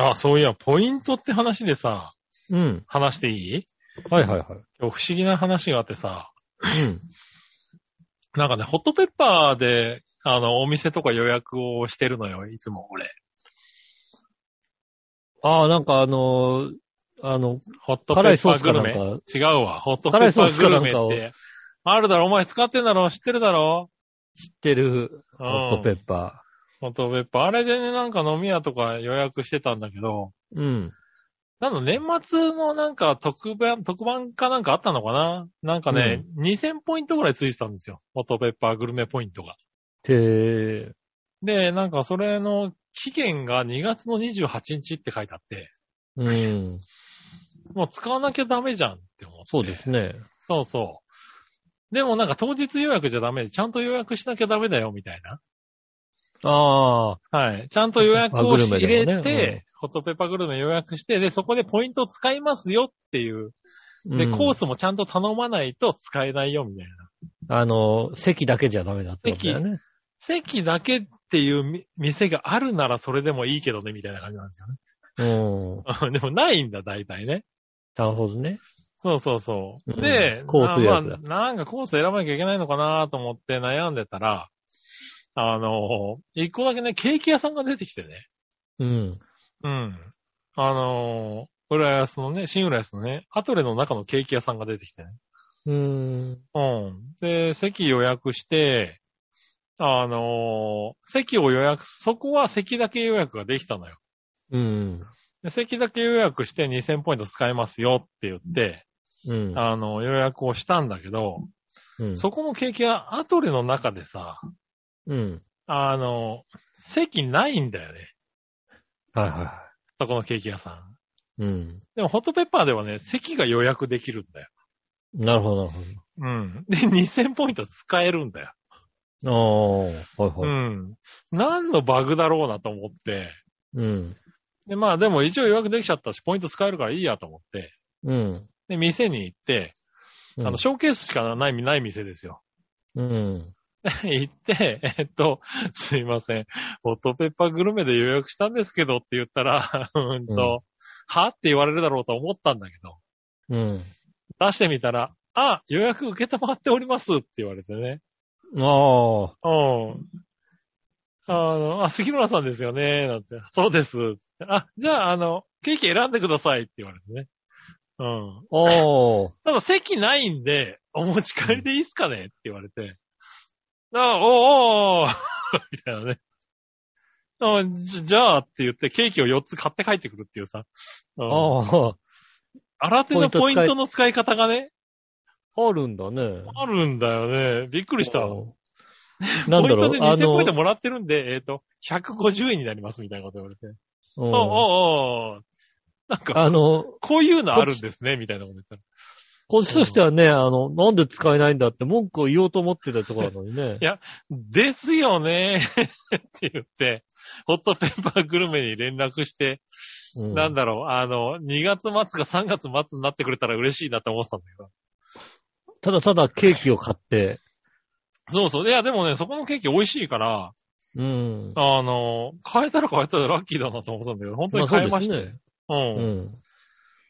Speaker 3: あ、そういや、ポイントって話でさ、
Speaker 2: うん。
Speaker 3: 話していい
Speaker 2: はいはいは
Speaker 3: 今日不思議な話があってさ、
Speaker 2: い。うん。
Speaker 3: なんかね、ホットペッパーで、あの、お店とか予約をしてるのよ、いつも俺。
Speaker 2: ああ、なんかあのーあの、
Speaker 3: ホットペ
Speaker 2: 辛い
Speaker 3: ッ
Speaker 2: ソ
Speaker 3: パ
Speaker 2: ー
Speaker 3: ー
Speaker 2: スか
Speaker 3: グ
Speaker 2: な
Speaker 3: ル
Speaker 2: ん
Speaker 3: メ。
Speaker 2: か、
Speaker 3: 違うわ、ホットペ
Speaker 2: 辛い
Speaker 3: ッ
Speaker 2: ソ
Speaker 3: パ
Speaker 2: ース
Speaker 3: ーグ
Speaker 2: かな
Speaker 3: ル
Speaker 2: ん
Speaker 3: メ
Speaker 2: かを
Speaker 3: って。あるだろ、お前使ってんだろ、知ってるだろ。
Speaker 2: 知ってる
Speaker 3: ホ
Speaker 2: ホットペッパ
Speaker 3: ホットペッパー。あれでね、なんか飲み屋とか予約してたんだけど、
Speaker 2: ー。うん。
Speaker 3: なんだ、年末のなんか特番、特番かなんかあったのかななんかね、2000ポイントぐらいついてたんですよ。ホットペッパーグルメポイントが。
Speaker 2: へえ。
Speaker 3: で、なんかそれの期限が2月の28日って書いてあって、
Speaker 2: うん。
Speaker 3: もう使わなきゃダメじゃんって思って。
Speaker 2: そうで。すね。
Speaker 3: そうそう。でもなんか当日予約じゃダメで、ちゃんと予約しなきゃダメだよみたいな。
Speaker 2: ああ、
Speaker 3: はい。ちゃんと予約をし
Speaker 2: まあグ
Speaker 3: 入
Speaker 2: ルメでもね
Speaker 3: れて、
Speaker 2: うん
Speaker 3: ホットペッパーグルメ予約して、で、そこでポイントを使いますよっていう。で、
Speaker 2: うん
Speaker 3: コースもちゃんと頼まないと使えないよみたいな。
Speaker 2: あの、席だけじゃダメだってことだよね。
Speaker 3: 席だけっていうみ店があるならそれでもいいけどね、 みたいな感じなんですよ
Speaker 2: うん。
Speaker 3: ね。でもないんだ、大体ね。
Speaker 2: なるほどね。
Speaker 3: そうそうそう。
Speaker 2: うん
Speaker 3: で、
Speaker 2: コース予
Speaker 3: あ
Speaker 2: 約
Speaker 3: ま
Speaker 2: だ
Speaker 3: あ、なんかコース選ばなきゃいけないのかなと思って悩んでたら、あの、一個だけね、ケーキ屋さんが出てきてね。
Speaker 2: うん。
Speaker 3: うん。あの、浦安のね、新浦安のね、アトレの中のケーキ屋さんが出てきてね。
Speaker 2: うん。
Speaker 3: うん。で、席予約して、あの、席を予約、そこは席だけ予約ができたのよ。
Speaker 2: うん。
Speaker 3: で席だけ予約して2000ポイント使えますよって言って、
Speaker 2: うん。
Speaker 3: あの、予約をしたんだけど、
Speaker 2: うん
Speaker 3: そこのケーキはアトレの中でさ、
Speaker 2: うん。
Speaker 3: あの、席ないんだよね。
Speaker 2: はいはいは
Speaker 3: そこのケーキ屋さん。
Speaker 2: い。うん。
Speaker 3: でも、ホットペッパーではね、席が予約できるんだよ。
Speaker 2: なるほど、なる
Speaker 3: うん。で、2000ポイント使えるんだよ。
Speaker 2: ほど。ああ、はいうはい。
Speaker 3: ん。何のバグだろうなと思って。
Speaker 2: うん。
Speaker 3: で、まあ、でも一応予約できちゃったし、ポイント使えるからいいやと思って。
Speaker 2: うん。
Speaker 3: で、店に行って、あの、ショーケースしかない、ない店ですよ。
Speaker 2: うん。
Speaker 3: 行って、えっと、すいません、ホットペッパーグルメで予約したんですけどって言ったら、うんと、はって言われるだろうと思ったんだけど、
Speaker 2: うん。
Speaker 3: 出してみたら、あ、予約受けたまっておりますって言われてね。
Speaker 2: ああ。
Speaker 3: うん。あの、あ、杉村さんですよね、なんて。そうです。あ、じゃあ、あの、ケーキ選んでくださいって言われてね。うん。
Speaker 2: ああ。
Speaker 3: ただ席ないんで、お持ち帰りでいいっすかねって言われて。あ、おーおーみたいなね。あじじゃあって言って、ケーキを4つ買って帰ってくるっていうさ。うん、
Speaker 2: ああ。
Speaker 3: 新手のポ
Speaker 2: ポ
Speaker 3: イ
Speaker 2: イ
Speaker 3: ン
Speaker 2: ン
Speaker 3: ト
Speaker 2: ト
Speaker 3: の使い方がね、
Speaker 2: あるんだね。
Speaker 3: あるんだよね。びっくりした。ポ
Speaker 2: なんだ
Speaker 3: イント
Speaker 2: ろ
Speaker 3: で
Speaker 2: う、あ
Speaker 3: 2000ポイント
Speaker 2: の、
Speaker 3: もらってるんで、えっ、と、150円になりますみたいなこと言われて。
Speaker 2: う
Speaker 3: お
Speaker 2: ん
Speaker 3: ーおーおー
Speaker 2: あ
Speaker 3: なんか、
Speaker 2: の、
Speaker 3: こういうのあるんですね、みたいなこと言ったら。
Speaker 2: こっちとしてはね、あの、なんで使えないんだって文句を言おうと思ってたところなのにね
Speaker 3: い。や、ですよねって言って、ホットペッパーグルメに連絡して、
Speaker 2: う
Speaker 3: なんだろう、あの、2月末か3月末になってくれたら嬉しいなって思ってたんだけど。
Speaker 2: ただただケーキを買って、
Speaker 3: そうそう。いや、でもね、そこのケーキ美味しいから、
Speaker 2: うん。
Speaker 3: あの、買えたら買えたらラッキーだなと思ってたんだけど、本当に買えました。
Speaker 2: あそうです
Speaker 3: うん
Speaker 2: ね。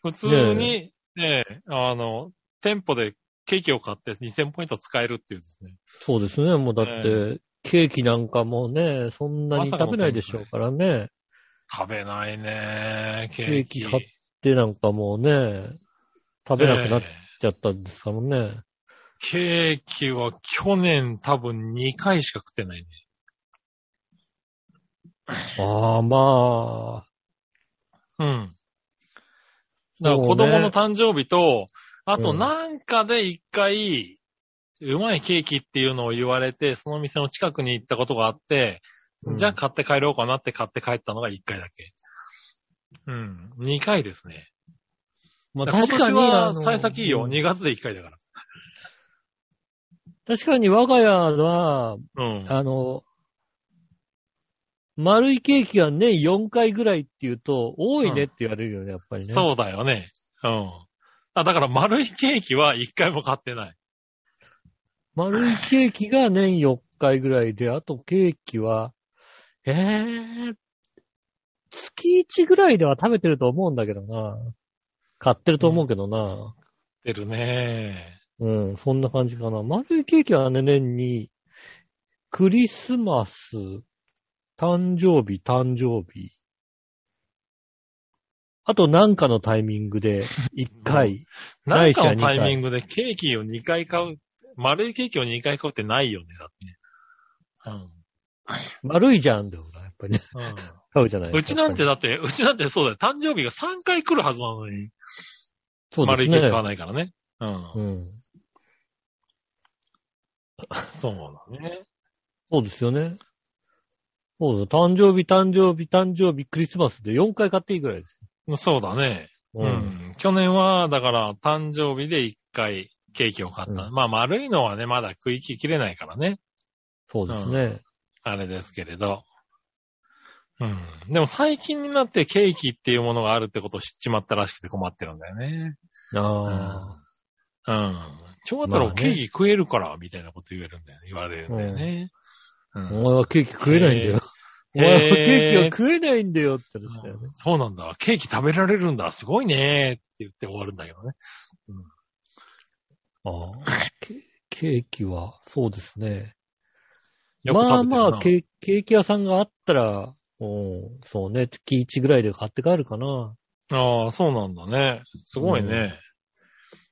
Speaker 2: うん。
Speaker 3: 普通に、ねあの、店舗でケーキを買って2000ポイント使えるっていうですね。
Speaker 2: そうですね。もうだって、ケーキなんかもね、そんなに食べないでしょうからね。
Speaker 3: 食べないねケ
Speaker 2: ケ
Speaker 3: ー
Speaker 2: ー
Speaker 3: キ。
Speaker 2: キ買ってなんかもうね、食べなくなっ
Speaker 3: ええ
Speaker 2: ちゃったんですからね。
Speaker 3: ケーキは去年多分2回しか食ってないね。
Speaker 2: ああ、まあ。
Speaker 3: うん。だから子供の誕生日と、あとなんかで1回、うまいケーキっていうのを言われて、その店の近くに行ったことがあって、
Speaker 2: うん
Speaker 3: じゃあ買って帰ろうかなって買って帰ったのが1回だけ。うん。2回ですね。
Speaker 2: まあ
Speaker 3: だから
Speaker 2: 確かに。
Speaker 3: 今
Speaker 2: あ
Speaker 3: 年
Speaker 2: の
Speaker 3: は幸先いいよ。2月で1回だから。
Speaker 2: 確かに我が家は、
Speaker 3: うん。
Speaker 2: あの、丸いケーキがね、4回ぐらいっていうと、多いねって言われるよね、やっぱりね。
Speaker 3: そうだよね。うん。あ、だから丸いケーキは1回も買ってない。
Speaker 2: 丸いケーキが年4回ぐらいで、あとケーキは、えー、月1ぐらいでは食べてると思うんだけどな。買ってると思うけどな。
Speaker 3: 出るね
Speaker 2: うん、そんな感じかな。丸いケーキはね、年に、クリスマス、誕生日、誕生日。あと何かのタイミングで、1回。
Speaker 3: なんかのタイミングでケーキを2回買う、丸いケーキを2回買うってないよね、だってね。
Speaker 2: 丸いじゃんだよ、やっぱりね。
Speaker 3: うん。
Speaker 2: 買うじゃないうですか。
Speaker 3: ちなんて
Speaker 2: やっぱ
Speaker 3: だって、うちなんてそうだよ。誕生日が3回来るはずなのに、
Speaker 2: りそう
Speaker 3: 丸
Speaker 2: で
Speaker 3: い
Speaker 2: す
Speaker 3: ケー
Speaker 2: ね
Speaker 3: キ買わないからね。うん。
Speaker 2: うん。
Speaker 3: そうだね。
Speaker 2: そうですよね。そうだ、誕生日、誕生日、誕生日、クリスマスで4回買っていいぐらいです。
Speaker 3: そうだね。う。。
Speaker 2: うん
Speaker 3: 去年は、だから、誕生日で1回ケーキを買った。
Speaker 2: う
Speaker 3: まあ、丸いのはね、まだ食いきれないからね。
Speaker 2: そうですね。
Speaker 3: あれですけれど。うん。でも最近になってケーキっていうものがあるってことを知っちまったらしくて困ってるんだよね。
Speaker 2: あ
Speaker 3: うん。今日だった
Speaker 2: ま
Speaker 3: ら
Speaker 2: あね
Speaker 3: ケーキ食えるから、みたいなこと言えるんだよね。言われるんだよね。う
Speaker 2: あ、
Speaker 3: ん
Speaker 2: お前はケーキ食えないんだよ。お
Speaker 3: へー
Speaker 2: 前はケーキは食えないんだよって話だよね。
Speaker 3: そうなんだ。ケーキ食べられるんだ。すごいね。って言って終わるんだけどね。
Speaker 2: ああケケーキは、そうですね。
Speaker 3: よく食
Speaker 2: ま
Speaker 3: べて
Speaker 2: あ
Speaker 3: るな
Speaker 2: まあケ、ケーキ屋さんがあったら、うん、そうね、月1ぐらいで買って帰るかな。
Speaker 3: ああ、そうなんだね。すごいね。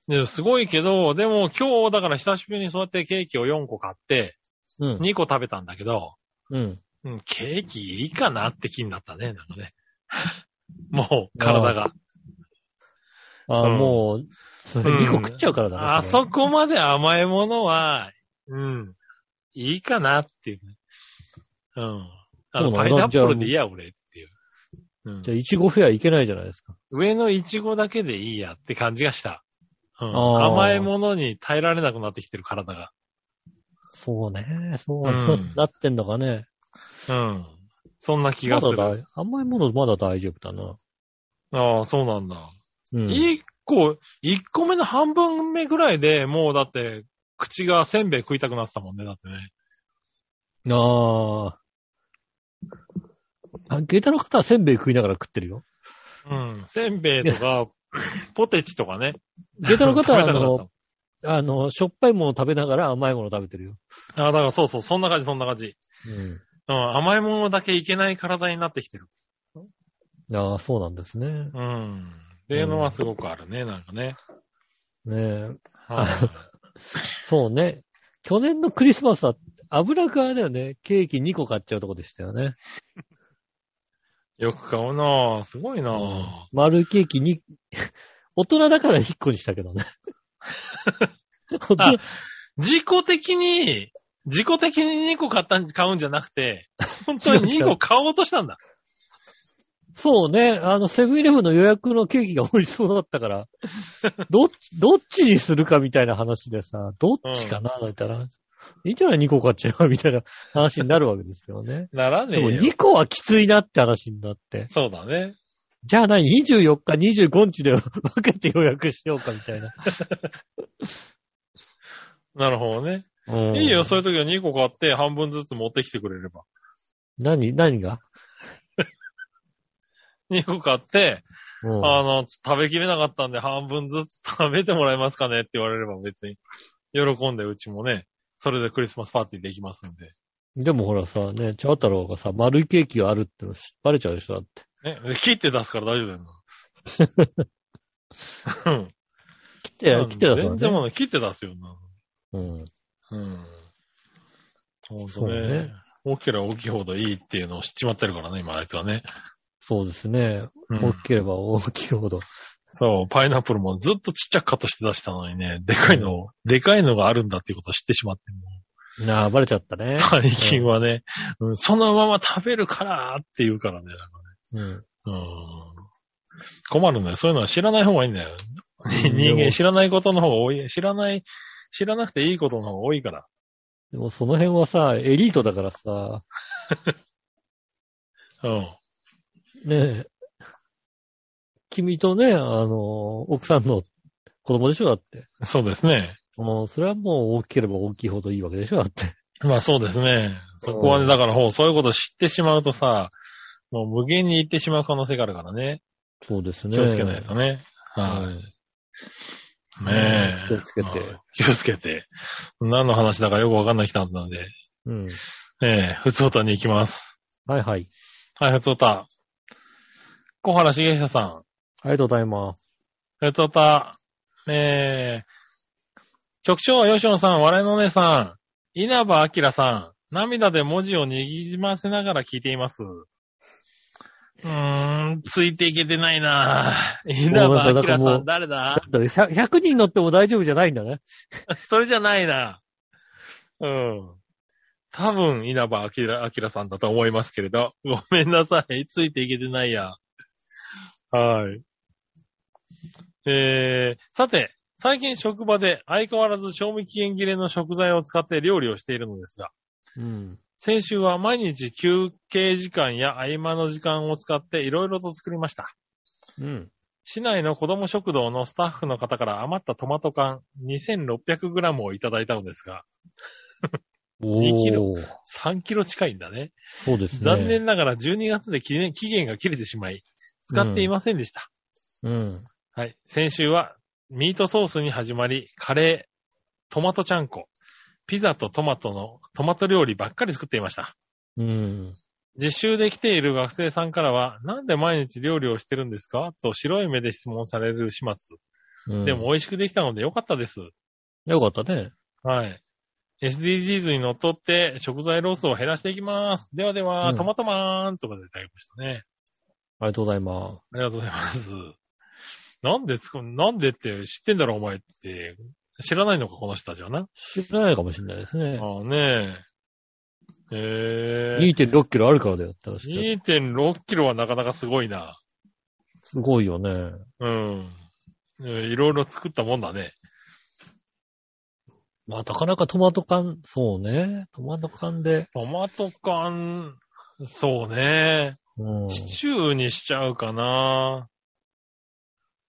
Speaker 3: ですごいけど、でも今日だから久しぶりにそうやってケーキを4個買って、
Speaker 2: うん。
Speaker 3: 2個食べたんだけど、
Speaker 2: うん。
Speaker 3: うん、ケーキいいかなって気になったね。なんかね。 もう、体が。
Speaker 2: ああ、
Speaker 3: うん
Speaker 2: もう、それ2個食っちゃうからだな。
Speaker 3: あ
Speaker 2: れ
Speaker 3: そこまで甘いものは、うん、いいかなっていうね。うん。あ
Speaker 2: そ
Speaker 3: の、
Speaker 2: うな
Speaker 3: パイ
Speaker 2: ん
Speaker 3: ナ
Speaker 2: だ
Speaker 3: ップルでいいや、俺っていう。うん
Speaker 2: じゃあ、いちごフェアいけないじゃないですか。
Speaker 3: 上のイチゴだけでいいやって感じがした。うん
Speaker 2: あー
Speaker 3: 甘いものに耐えられなくなってきてる体が。
Speaker 2: そうね、そう、
Speaker 3: うん
Speaker 2: なってんのかね。
Speaker 3: うん。そんな気
Speaker 2: ま
Speaker 3: がす
Speaker 2: だ
Speaker 3: る。
Speaker 2: だい、甘いものまだ大丈夫だな。
Speaker 3: ああ、そうなんだ。
Speaker 2: うん。
Speaker 3: 一、個、一個目の半分目ぐらいでもうだって、口がせんべい食いたくなってたもんね、だってね。
Speaker 2: ああ。あ、ゲータの方はせんべい食いながら食って るよ。
Speaker 3: うん。せんべいとか、ポテチとかね。
Speaker 2: ゲータの方は、
Speaker 3: 食
Speaker 2: あ
Speaker 3: べたか
Speaker 2: の、あの、しょっぱいものを食べながら甘いものを食べてるよ。
Speaker 3: ったあだからそうそう、そんな感じ、そんな感じ。うん。甘いものだけいけない体になってきてる。
Speaker 2: うん。ああ、そうなんですね。
Speaker 3: うん。っていうのはすごくあるね、なんか ね。
Speaker 2: ねえ。
Speaker 3: はい
Speaker 2: そうね。去年のクリスマスは、油側だよね。ケーキ2個買っちゃうとこでしたよね。
Speaker 3: よく買うなぁ。すごいなぁ。
Speaker 2: 丸ケーキに、 大人だから1個にしたけど ね。 大人
Speaker 3: 自己的に、自己的に2個買ったん、買うんじゃなく て、本当に
Speaker 2: 違う違
Speaker 3: 2
Speaker 2: う
Speaker 3: 個買おうとしたんだ。
Speaker 2: そうね。あの、セブンイレブンの予約のケーキが美味しそうだった から、どっち、どっちにするかみたいな話でさ、どっちかな、だったら、いいんじゃない ?2 個買っちゃうみたいな話になるわけですよ ね。
Speaker 3: ならね
Speaker 2: でも
Speaker 3: えよ。
Speaker 2: 2個はきついなって話になって。
Speaker 3: そうだね。
Speaker 2: じゃあ何 ?24 日、25日で 分けて予約しようかみたいな。
Speaker 3: なるほどね。いいよ、そういう時は2個買って半分ずつ持ってきてくれれば。
Speaker 2: 何、何が、
Speaker 3: 2個買って、
Speaker 2: うん
Speaker 3: あの、食べきれなかったんで半分ずつ食べてもらえますかねって言われれば別に、喜んでうちもね、それでクリスマスパーティーできますんで。
Speaker 2: でもほらさ、ね、チャー太郎がさ、丸いケーキがあるってのバレちゃうでしょだって。
Speaker 3: ね、切って出すから大丈夫だよな。 うん
Speaker 2: 来て、来てだから
Speaker 3: 全
Speaker 2: ね。
Speaker 3: 然もう切って出すよな。
Speaker 2: うん。
Speaker 3: うん。ほん
Speaker 2: そ
Speaker 3: と
Speaker 2: うね
Speaker 3: ね。大きければ大きいほどいいっていうのを知っちまってるからね、今あいつはね。
Speaker 2: そうですね。
Speaker 3: うん
Speaker 2: 大きければ大きいほど。
Speaker 3: そう、パイナップルもずっとちっちゃくカットして出したのにね、でかいのを、でかいのがあるんだっていうことを知ってしまって、
Speaker 2: なあ、バレちゃったね。
Speaker 3: 最近はね、うんそのまま食べるからって言うからね。
Speaker 2: うん。
Speaker 3: うん、困るんだよ。そういうのは知らない方がいいん だよ。人間知らないことの方が多い。知らない、知らなくていいことの方が多いから。
Speaker 2: でもその辺はさ、エリートだからさ、
Speaker 3: うん。
Speaker 2: ねえ、君とね、あの、奥さんの子供でしょだって。
Speaker 3: そうですね。
Speaker 2: もう、それはもう大きければ大きいほどいいわけでしょだって。
Speaker 3: まあそうですね。そこは
Speaker 2: う
Speaker 3: ね、
Speaker 2: ん
Speaker 3: だからほう、そういうことを知ってしまうとさ、もう無限に言ってしまう可能性があるからね。
Speaker 2: そうですね。
Speaker 3: 気をつけないとね。
Speaker 2: は。
Speaker 3: はいい。ねえ。
Speaker 2: 気をつけて
Speaker 3: はい。気をつけて。何の話だかよくわかんない人なんで。
Speaker 2: うん。
Speaker 3: ええ、ふつおたに行きます。
Speaker 2: はいはい。
Speaker 3: はい、ふつおた。小原茂久さん。
Speaker 2: ありがとうございます。
Speaker 3: ふつおた。えー、局長、吉野さん、笑いのお姉さん、稲葉明さん、涙で文字を握じませながら聞いています。うーん、ついていけてないなぁ。稲葉
Speaker 2: ごめんなさいだから
Speaker 3: 明
Speaker 2: も
Speaker 3: さ、
Speaker 2: うん
Speaker 3: 誰だ
Speaker 2: だって100 100人乗っても大丈夫じゃないんだね。
Speaker 3: それじゃないな。うん。多分、稲葉明明さんだと思いますけれど。ごめんなさい。ついていけてないや。はい。えー、さて、最近職場で相変わらず賞味期限切れの食材を使って料理をしているのですが、
Speaker 2: うん。
Speaker 3: 先週は毎日休憩時間や合間の時間を使っていろいろと作りました。
Speaker 2: うん。
Speaker 3: 市内の子供食堂のスタッフの方から余ったトマト缶 2600g をいただいたのですが、
Speaker 2: お
Speaker 3: 2キロ
Speaker 2: ー。
Speaker 3: 3キロ近いんだね。
Speaker 2: そうですね。
Speaker 3: 残念ながら12月で期限期限が切れてしまい、使っていませんでした。
Speaker 2: うん。
Speaker 3: はい。先週は、ミートソースに始まり、カレー、トマトちゃんこ、ピザとトマトの、トマト料理ばっかり作っていました。
Speaker 2: うん。
Speaker 3: 実習で来ている学生さんからは、なんで毎日料理をしてるんですかと白い目で質問される始末。
Speaker 2: うん
Speaker 3: でも、美味しくできたのでよかったです。
Speaker 2: よかったね。
Speaker 3: はい。SDGs にのっとって食材ロスを減らしていきます。ではでは、
Speaker 2: うん
Speaker 3: トマトマーンとかでいただきましたね。
Speaker 2: ありがとうございま
Speaker 3: ありがとうございます。なんでつく、なんでって知ってんだろお前って。知らないのか、この人たちはな。
Speaker 2: す。知らないかもしれないですね。
Speaker 3: ああねえ。ええ
Speaker 2: 2.6キロあるからだよって話だよ
Speaker 3: 2.6キロはなかなかすごいな。
Speaker 2: すごいよね。
Speaker 3: うん。えーいろいろ作ったもんだね。
Speaker 2: まあ、なかなかトマト缶、そうね。トマト缶で。
Speaker 3: トマト缶、そうね。
Speaker 2: うん。
Speaker 3: シチューにしちゃうかな。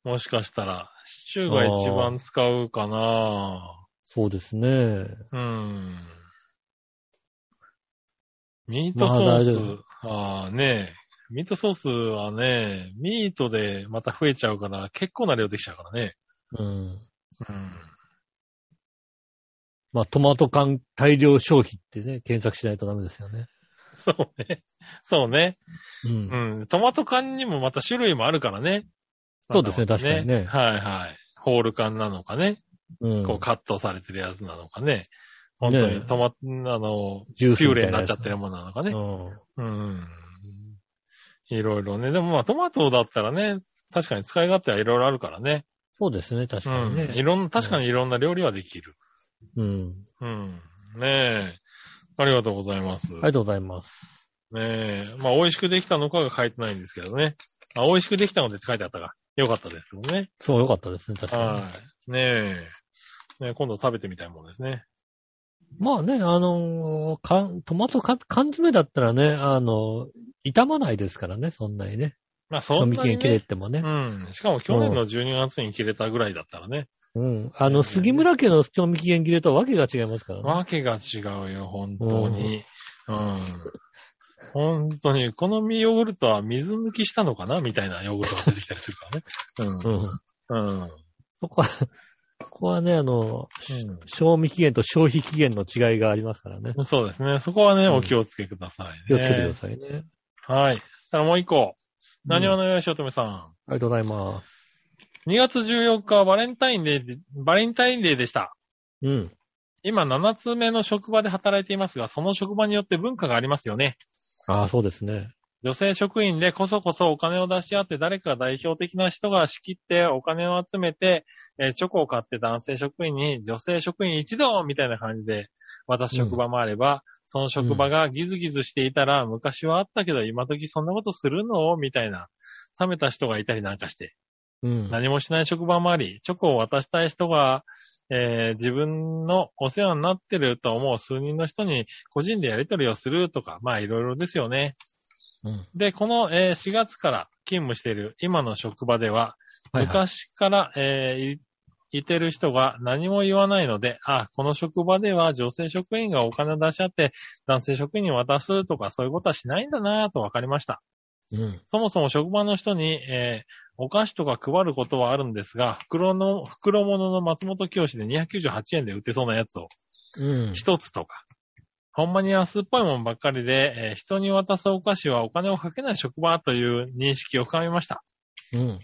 Speaker 3: もしかしたら。シチューが一番使うかな。
Speaker 2: そうですね。
Speaker 3: うん。ミートソース
Speaker 2: まあ大丈夫。
Speaker 3: ああ、ねえ。ミートソースはね、ミートでまた増えちゃうから、結構な量できちゃうからね。
Speaker 2: うん。
Speaker 3: うん。
Speaker 2: まあ、トマト缶大量消費ってね、検索しないとダメですよね。
Speaker 3: そうね。そうね。
Speaker 2: う。
Speaker 3: うんん。トマト缶にもまた種類もあるからね。
Speaker 2: そうですね
Speaker 3: なんだろ
Speaker 2: 確かにね
Speaker 3: はいはい。ホール缶なのかね。
Speaker 2: うん。
Speaker 3: こうカットされてるやつなのかね。本当にトマ、あの、
Speaker 2: ジュース
Speaker 3: ピュー
Speaker 2: み
Speaker 3: レ
Speaker 2: た
Speaker 3: に
Speaker 2: いな
Speaker 3: なっ
Speaker 2: やつ
Speaker 3: ちゃってるものなのか
Speaker 2: う
Speaker 3: ね。
Speaker 2: ん。
Speaker 3: うん。いろいろね。でもまあトマトだったらね、確かに使い勝手はいろいろあるからね。
Speaker 2: そうですね、確
Speaker 3: う
Speaker 2: かに
Speaker 3: ん。い
Speaker 2: ね。
Speaker 3: ろんな、確かにいろんな料理はできる。
Speaker 2: うん。
Speaker 3: うん。ねえ。ありがとうございます。
Speaker 2: ありがとうございます。
Speaker 3: ねえ。まあ、美味しくできたのかが書いてないんですけどね。あ、美味しくできたのでって書いてあったから。よかったですよね。
Speaker 2: そう、よかったですね、確かに。
Speaker 3: はい。ねえ。ねえ今度食べてみたいもんですね。
Speaker 2: まあね、あのー缶トマト缶缶詰だったらね、あのー傷まないですからね、そんなにね。
Speaker 3: まあ、そ
Speaker 2: 飲
Speaker 3: ん
Speaker 2: み
Speaker 3: な
Speaker 2: 期限
Speaker 3: に、
Speaker 2: 切れ
Speaker 3: ね。
Speaker 2: てもね
Speaker 3: う。ん。しかも去年の12月に切れたぐらいだったらね。
Speaker 2: うん。あの、杉村家の賞味期限切れとはわけが違いますからね。
Speaker 3: わけが違うよ、本当に。うん。本当に、このヨーグルトは水抜きしたのかなみたいなヨーグルトが出てきたりするからね。
Speaker 2: うん。
Speaker 3: うん。うん。
Speaker 2: そこは、ここはね、あの、
Speaker 3: うん
Speaker 2: 賞味期限と消費期限の違いがありますからね。
Speaker 3: そうですね。そこはね、
Speaker 2: うん
Speaker 3: お気をつけください、ね。
Speaker 2: 気をつけてくださいね。
Speaker 3: はい。たらもう一個。何
Speaker 2: う
Speaker 3: 話
Speaker 2: んあ
Speaker 3: のよしおとめさ
Speaker 2: りがとうございます。
Speaker 3: ん。2月14日はバレンタインデーで、バレンタインデーでした。
Speaker 2: うん。
Speaker 3: 今7つ目の職場で働いていますが、その職場によって文化がありますよね。
Speaker 2: ああ、そうですね。
Speaker 3: 女性職員でこそこそお金を出し合って誰か代表的な人が仕切ってお金を集めて、えーチョコを買って男性職員に女性職員一同みたいな感じで渡す職場もあれば、その職場がギズギズしていたら、昔はあったけど今時そんなことするのみたいな冷めた人がいたりなんかして、
Speaker 2: うん。
Speaker 3: 何もしない職場もあり、チョコを渡したい人が、えー自分のお世話になってると思う数人の人に個人でやり取りをするとか、まあいろいろですよね。
Speaker 2: うん
Speaker 3: で、この、えー4月から勤務している今の職場では、
Speaker 2: はいはい
Speaker 3: 昔から、えーい、いてる人が何も言わないので、あ、この職場では女性職員がお金を出し合って男性職員に渡すとかそういうことはしないんだなぁと分かりました。
Speaker 2: うん。
Speaker 3: そもそも職場の人に、えーお菓子とか配ることはあるんですが、袋の、袋物の松本清で298円で売ってそうなやつを
Speaker 2: うん。
Speaker 3: 一つとか。ほんまに安っぽいもんばっかりで、えー人に渡すお菓子はお金をかけない職場という認識を深めました。
Speaker 2: うん。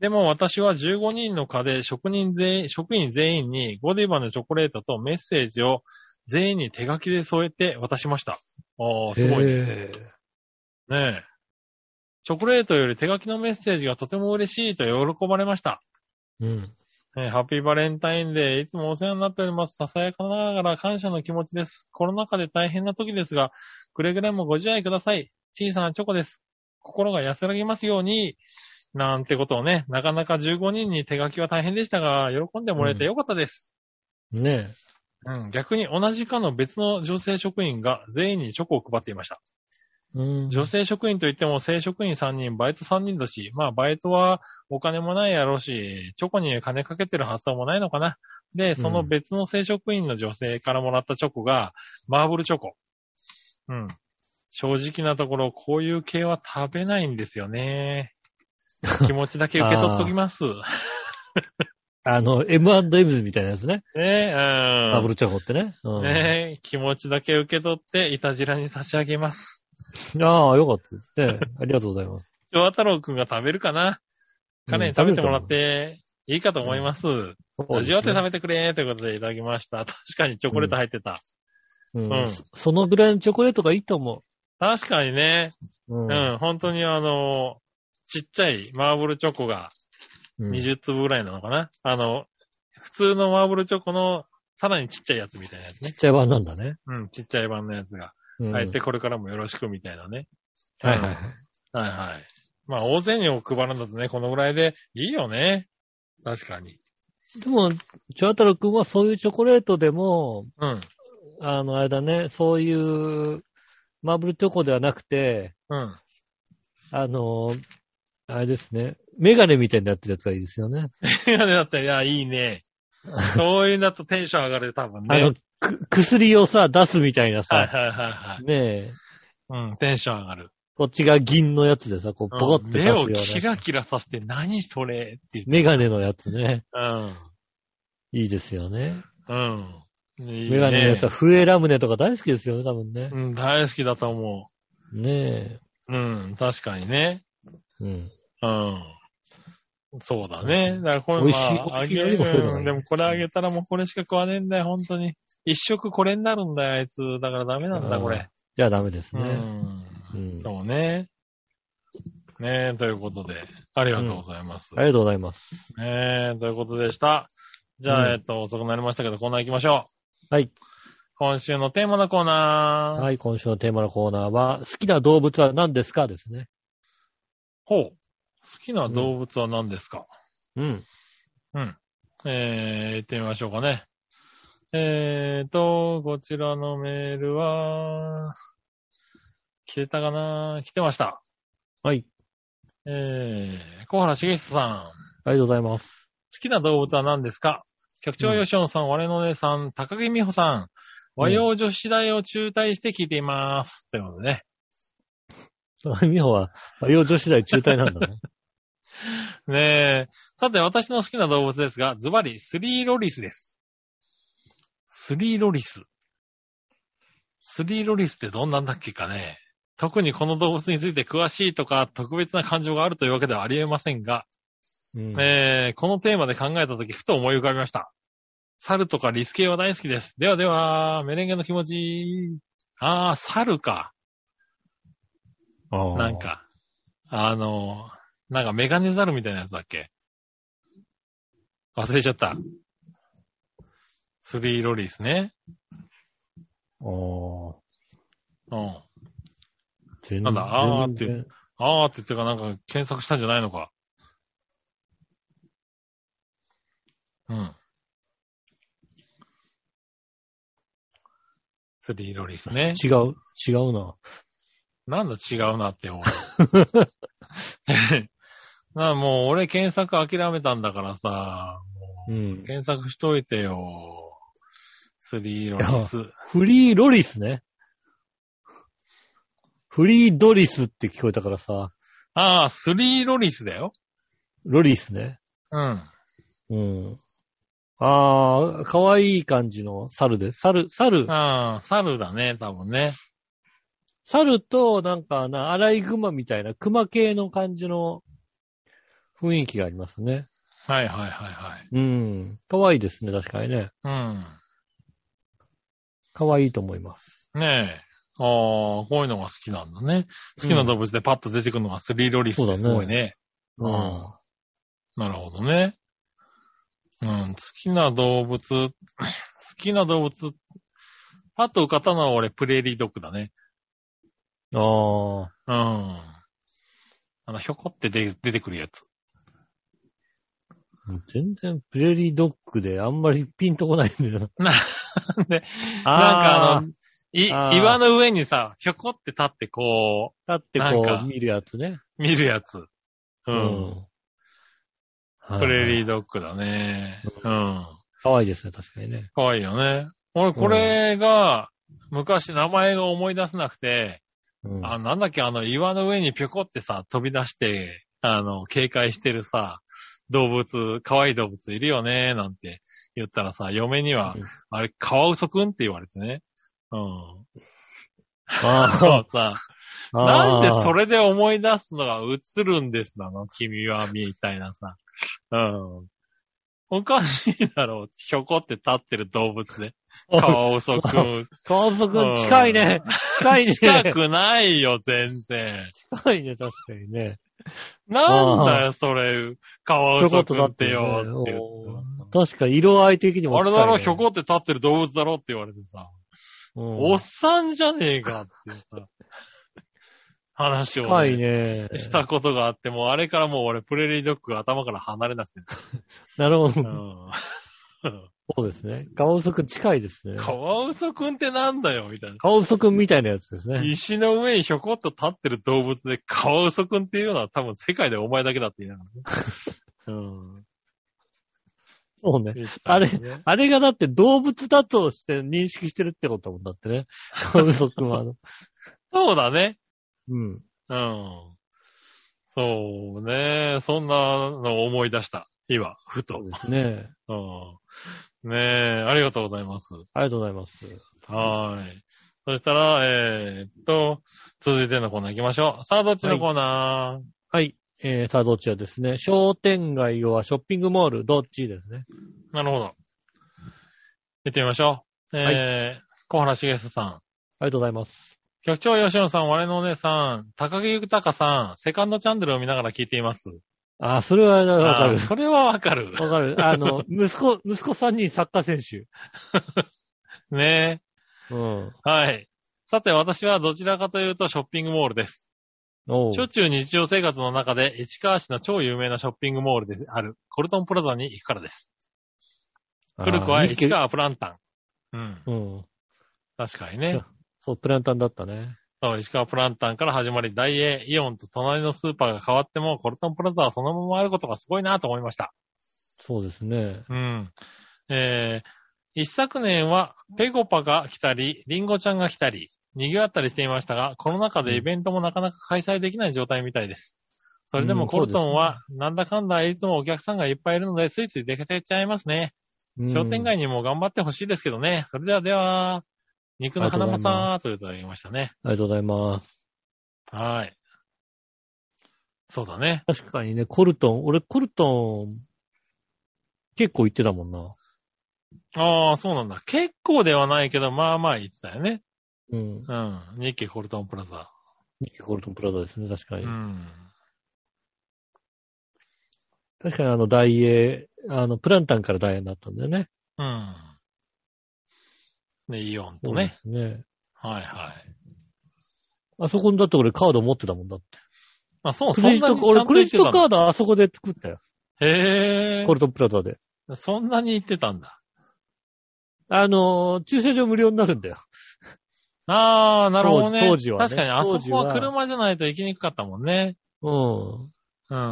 Speaker 3: でも私は15人の課で職人全員、職員全員にゴディバのチョコレートとメッセージを全員に手書きで添えて渡しました。ああ、すごいね。
Speaker 2: へー
Speaker 3: ねえ。チョコレートより手書きのメッセージがとても嬉しいと喜ばれました。
Speaker 2: うん。
Speaker 3: えーハッピーバレンタインデー、いつもお世話になっております。ささやかながら感謝の気持ちです。コロナ禍で大変な時ですが、くれぐれもご自愛ください。小さなチョコです。心が安らぎますように、なんてことをね、なかなか15人に手書きは大変でしたが、喜んでもらえてよかったです。
Speaker 2: ね
Speaker 3: うん、逆に同じ課の別の女性職員が全員にチョコを配っていました。
Speaker 2: え。うん。
Speaker 3: 女性職員といっても正職員3人、バイト3人だし、まあバイトはお金もないやろうし、チョコに金かけてる発想もないのかな。で、その別の正職員の女性からもらったチョコが、マーブルチョコ。うん。正直なところ、こういう系は食べないんですよね。気持ちだけ受け取っと きます。ね
Speaker 2: あの、M&M's みたいなやつね。
Speaker 3: え、うん。
Speaker 2: ダブルチョコってね。うん。
Speaker 3: ねえ、気持ちだけ受け取って、いたじらに差し上げます。
Speaker 2: ああ、よかったですね。ありがとうございます。
Speaker 3: ジョア太郎くんが食べるかな彼に食べてもらっていいかと思います。 味わって食べてくれということでいただきま した。確かにチョコレート入ってた。
Speaker 2: べうん
Speaker 3: うん
Speaker 2: そそのぐらいのチョコレートがいいと思
Speaker 3: 確かにね、
Speaker 2: う。う
Speaker 3: うん、。本当にあの、ちっちゃいマーブルチョコが
Speaker 2: うん
Speaker 3: 20粒ぐらいなのかな、あの、普通のマーブルチョコのさらにちっちゃいやつみたいなやつ
Speaker 2: ちっ
Speaker 3: ね。
Speaker 2: ちゃい版なんだね。
Speaker 3: うん、ちっちゃい版のやつが
Speaker 2: うん
Speaker 3: 入ってこれからもよろしくみたいなね。
Speaker 2: はいはいはい。
Speaker 3: うんはいはい。まあ、大勢に配るんだとね、このぐらいでいいよね。確かに。
Speaker 2: でも、チョアタロ君はそういうチョコレートでも、
Speaker 3: うん。
Speaker 2: あの、あれだね、そういう、マーブルチョコではなくて、
Speaker 3: うん。
Speaker 2: あの、あれですね、メガネみたいになってるやつがいいですよね。
Speaker 3: メガネだったら、 いや、いいね。そういうのだとテンション上がるよ、多分ね。
Speaker 2: あの、く薬をさ、出すみたいなさ、
Speaker 3: はいはいはいは
Speaker 2: ね
Speaker 3: い。
Speaker 2: え、
Speaker 3: うん、テンション上がる。
Speaker 2: こっちが銀のやつでさ、こう、ポコって出す
Speaker 3: 目
Speaker 2: よ
Speaker 3: を
Speaker 2: うな。
Speaker 3: キラキラさせて、何それって言って。
Speaker 2: メガネのやつね。
Speaker 3: うん。
Speaker 2: いいですよね。
Speaker 3: うん。いいね
Speaker 2: メガネのやつは笛ラムネとか大好きですよね、多分ね。
Speaker 3: うん、大好きだと思
Speaker 2: ね
Speaker 3: う。うん、確かにね。
Speaker 2: え。うん。
Speaker 3: うん。そうだね。だからこれ、
Speaker 2: 美味しい
Speaker 3: まあ、
Speaker 2: 美
Speaker 3: あ
Speaker 2: 味し
Speaker 3: げ
Speaker 2: いより
Speaker 3: る
Speaker 2: もそうだね
Speaker 3: うんでもこれあげたらもうこれしか食わねえんだよ、本当に。一食これになるんだよ、あいつ。だからダメなんだ、これ。
Speaker 2: じゃあダメです
Speaker 3: う
Speaker 2: ね。
Speaker 3: ん。
Speaker 2: うん。
Speaker 3: そうね。ねえ、ということで、ありがとうございます。
Speaker 2: ありがとうございます。
Speaker 3: ねえ、ということでした。じゃあ、
Speaker 2: うん
Speaker 3: えっと、遅くなりましたけど、コーナー行きましょう。
Speaker 2: はい。
Speaker 3: 今週のテーマのコーナー。
Speaker 2: はい、今週のテーマのコーナーは、好きな動物は何ですかですね。
Speaker 3: ほう。好きな動物は何ですか、
Speaker 2: うん。
Speaker 3: えー、行ってみましょうかね。えーと、こちらのメールは、来てたかな来てました。
Speaker 2: はい。
Speaker 3: えー、小原茂久さん。
Speaker 2: ありがとうございます。
Speaker 3: 好きな動物は何ですか局長吉野さん、我の姉さん、高木美穂さん。和洋女子大を中退して聞いています。ということでね。
Speaker 2: 美穂は、幼女子大中退なん だね。
Speaker 3: ねえ。さて、私の好きな動物ですが、ズバリ、スリーロリスです。スリーロリス。スリーロリスってどんなんだっけかね。特にこの動物について詳しいとか、特別な感情があるというわけではありえませんが、
Speaker 2: うん。
Speaker 3: えーこのテーマで考えたとき、ふと思い浮かびました。猿とかリス系は大好きです。ではでは、メレンゲの気持ち。あー、猿か。
Speaker 2: あー
Speaker 3: なん。か、あの、なんかメガネザルみたいなやつだっけ忘れちゃった。スリーロリーですね。
Speaker 2: あー
Speaker 3: うん。
Speaker 2: 全然
Speaker 3: なんだあーって
Speaker 2: 全然
Speaker 3: あーって言ってかなんか検索したんじゃないのか。うん。スリーロリーですね。
Speaker 2: 違う、違うな。
Speaker 3: なんだ違うなって思う。 なあもう俺検索諦めたんだからさ、
Speaker 2: うん。
Speaker 3: 検索しといてよ。スリーロリス。
Speaker 2: フリーロリスね。フリードリスって聞こえたからさ、
Speaker 3: ああ、スリーロリスだよ。
Speaker 2: ロリスね。
Speaker 3: うん。
Speaker 2: うん。あー、かわいい感じの猿で。猿、猿、
Speaker 3: ああ、猿だね、多分ね。
Speaker 2: 猿となんかな、アライグマみたいな、クマ系の感じの雰囲気がありますね。
Speaker 3: はいはいはい
Speaker 2: うん。かわいいですね、確かにね。
Speaker 3: はい。
Speaker 2: かわいいと思います。
Speaker 3: うん。ねえ。ああ、こういうのが好きなんだね。好きな動物でパッと出てくるのがスリーロリス
Speaker 2: そうだ
Speaker 3: で
Speaker 2: ね
Speaker 3: すごいね。
Speaker 2: うん。
Speaker 3: あなるほどね。うん、好きな動物、 好きな動物、パッと浮かったのは俺、プレーリードッグだね。
Speaker 2: あー。
Speaker 3: うん。あの、ひょこって出出てくるやつ。
Speaker 2: 全然プレリードッグであんまりピンとこないん だよな。
Speaker 3: なんで、なんか
Speaker 2: あ
Speaker 3: あ
Speaker 2: ー
Speaker 3: の、い、
Speaker 2: あー
Speaker 3: 岩の上にさ、ひょこって立ってこ
Speaker 2: 立って
Speaker 3: なん
Speaker 2: こ
Speaker 3: か
Speaker 2: う見るやつね。
Speaker 3: う、見るやつ。う。。
Speaker 2: うんはい
Speaker 3: プレーリードッグだね。うん。
Speaker 2: かわいいですね、確かにね。
Speaker 3: かわいいよね。俺、これが、昔名前が思い出せなくて、
Speaker 2: うん。
Speaker 3: あ、なんだっけ、あの、岩の上にぴょこってさ、飛び出して、あの、警戒してるさ、動物、可愛い動物いるよね、なんて言ったらさ、嫁には、
Speaker 2: うん
Speaker 3: あれ、カワウソくんって言われてね。 うん。そ
Speaker 2: あ
Speaker 3: うさ、
Speaker 2: ー
Speaker 3: なんでそ
Speaker 2: れ
Speaker 3: れで思い出すのが映るんですなの君は、みたいなさ。うん。おかしいだろう。ひょこって立ってる動物 で。カワウソくん。
Speaker 2: 高速近いね。近いね。
Speaker 3: 近くないよ、全然。
Speaker 2: 近いね、確かにね。
Speaker 3: なんだよ、それ、カワウソくんってよ、
Speaker 2: そういうこ
Speaker 3: っ
Speaker 2: と
Speaker 3: て
Speaker 2: だっ
Speaker 3: 言って
Speaker 2: ね確か色合い的にも
Speaker 3: あ
Speaker 2: 近
Speaker 3: れ
Speaker 2: い、ね。
Speaker 3: だろ、ひょこって立ってる動物だろって言われてさ、
Speaker 2: うん
Speaker 3: おっさんじゃねえかっていうさ、話を
Speaker 2: 近い
Speaker 3: ね、
Speaker 2: ね。
Speaker 3: したことがあって、もうあれからもう俺、プレリードッグが頭から離れな くて。
Speaker 2: なるほ
Speaker 3: う
Speaker 2: ど。
Speaker 3: ん
Speaker 2: そうですね。高速近いですね。
Speaker 3: カワウソくんってなんだよ、みたいな。
Speaker 2: 高速みたいなやつですね。
Speaker 3: 石の上にひょこっと立ってる動物でカワウソくんっていうのは多分世界でお前だけだって言いながらね。
Speaker 2: そうね
Speaker 3: う。ん。
Speaker 2: あれあれがだって動物だとして認識してるってことだもんだってね。カウソ君はあの。
Speaker 3: そうだね。
Speaker 2: うん。
Speaker 3: うん。そうね。そんなのを思い出した。今、ふと。
Speaker 2: そうですね。
Speaker 3: うん。ねえ、ありがとうございます。
Speaker 2: ありがとうございます。
Speaker 3: はーい。そしたら、えーっと、続いてのコーナー行きましょう。さあ、どっちのコーナー、
Speaker 2: はい。えー、さあ、どっちはですね、商店街はショッピングモール、どっちですね。
Speaker 3: なるほど。行ってみましょう。えー、小原茂久さん。
Speaker 2: ありがとうございます。
Speaker 3: 局長吉野さん、我のお姉さん、高木豊さん、セカンドチャンネルを見ながら聞いています。
Speaker 2: あ、それはわかる
Speaker 3: あー。それはわかる。
Speaker 2: わかる。あ の、息子、息子さんにサッカー選手。
Speaker 3: ね
Speaker 2: うん。
Speaker 3: え。はい。さて、私はどちらかというとショッピングモールです。
Speaker 2: おう
Speaker 3: しょっちゅう日常生活の中で、市川市の超有名なショッピングモールである、コルトンプラザに行くからです。古くは
Speaker 2: あー日
Speaker 3: 市
Speaker 2: 系
Speaker 3: 川プランタン。うん。
Speaker 2: うん。
Speaker 3: 確かにね。
Speaker 2: そう、プランタンだったね。
Speaker 3: そう、石川プランタンから始まり、ダイエー、イオンと隣のスーパーが変わっても、コルトンプラザはそのままあることがすごいなと思いました。
Speaker 2: そうですね。
Speaker 3: うん。えー、一昨年は、ペゴパが来たり、リンゴちゃんが来たり、賑わったりしていましたが、コロナ禍でイベントもなかなか開催できない状態みたいです。それで
Speaker 2: う
Speaker 3: も
Speaker 2: ん
Speaker 3: コルトンは、なんだかんだいつもお客さんがいっぱいいるので、ついつい出かけちゃいますね。
Speaker 2: うん
Speaker 3: 商店街にも頑張ってほしいですけどね。それではでは、肉の花
Speaker 2: ありがとうござい
Speaker 3: 正というとありましたね。
Speaker 2: ありがとうございます。
Speaker 3: はい。そうだね。
Speaker 2: 確かにね、コルトン、俺コルトン、結構行ってたもんな。
Speaker 3: ああ、そうなんだ。結構ではないけど、まあまあ言ってたよね。
Speaker 2: うん。
Speaker 3: うん。日記コルトンプラザ。
Speaker 2: ニッキーコルトンプラザですね、確かに。
Speaker 3: うん。
Speaker 2: 確かにあの、大英、あの、プランタンから大英になったんだよね。
Speaker 3: うん。で、イオンと
Speaker 2: で
Speaker 3: ね。
Speaker 2: すね。
Speaker 3: はいはい。
Speaker 2: あそこにだって俺カード持ってたもんだって。
Speaker 3: まあそう、
Speaker 2: ク
Speaker 3: そんな
Speaker 2: レ
Speaker 3: に
Speaker 2: ジット
Speaker 3: ちゃん、
Speaker 2: 俺
Speaker 3: と
Speaker 2: クレ
Speaker 3: 言っ
Speaker 2: ジ
Speaker 3: て
Speaker 2: ッ
Speaker 3: た
Speaker 2: ト
Speaker 3: ん
Speaker 2: カ
Speaker 3: だ。
Speaker 2: ードあそこで作ったよ。
Speaker 3: へ
Speaker 2: コルトンプラザで。
Speaker 3: え。そんなに言ってたんだ。
Speaker 2: あのー、駐車場無料になるんだよ。
Speaker 3: ああ、なるほどね。
Speaker 2: 当時当時はね
Speaker 3: 確かに、あそこ
Speaker 2: 当時
Speaker 3: は
Speaker 2: は
Speaker 3: 車じゃないと行きにくかったもんね。
Speaker 2: うん。
Speaker 3: うん。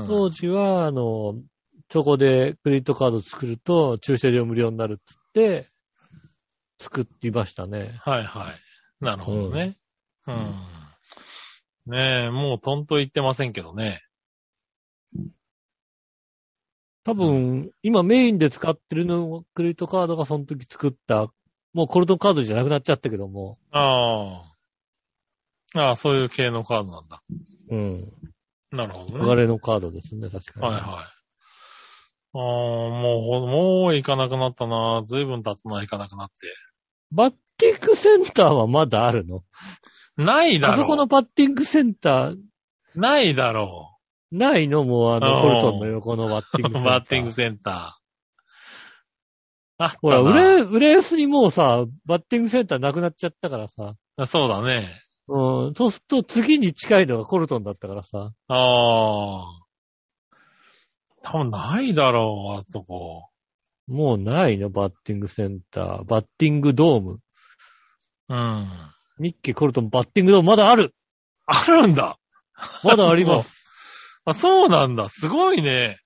Speaker 2: 当時は、あの、そこでクレジットカード作ると駐車料無料になるっつって、作りましたね。
Speaker 3: はいはい。なるほどね。うん。ねえ、もうトンと言ってませんけどね。
Speaker 2: 多分、今メインで使ってるの、クレジットカードがその時作った、もうコルトンカードじゃなくなっちゃったけども、
Speaker 3: ああ。ああ、そういう系のカードなんだ。
Speaker 2: うん。
Speaker 3: なるほどね。
Speaker 2: 流れのカードですね、確かに。
Speaker 3: はいはい。ああ、もう、もう行かなくなったな。ずいぶん経つな、行かなくなって。
Speaker 2: バッティングセンターはまだあるの
Speaker 3: ないだ
Speaker 2: あそ
Speaker 3: ろ
Speaker 2: このバッティングセンター、
Speaker 3: う。ないだろ
Speaker 2: ないのもうあ
Speaker 3: うん
Speaker 2: の、コルトンの横のバッティングセン
Speaker 3: う。
Speaker 2: ター。
Speaker 3: バッティングセンター。あったな、
Speaker 2: ほら、浦安浦安にもうさ、バッティングセンターなくなっちゃったからさ、
Speaker 3: そうだね。
Speaker 2: うん、そうすると次に近いのがコルトンだったからさ。
Speaker 3: ああ。多分ないだろう、あそこ。
Speaker 2: もうないの、バッティングセンター。バッティングドーム。
Speaker 3: うん。
Speaker 2: ニッケコルトンバッティングドーム、まだある
Speaker 3: あるんだ。
Speaker 2: まだあります。
Speaker 3: あ、そうなんだ。すごいね。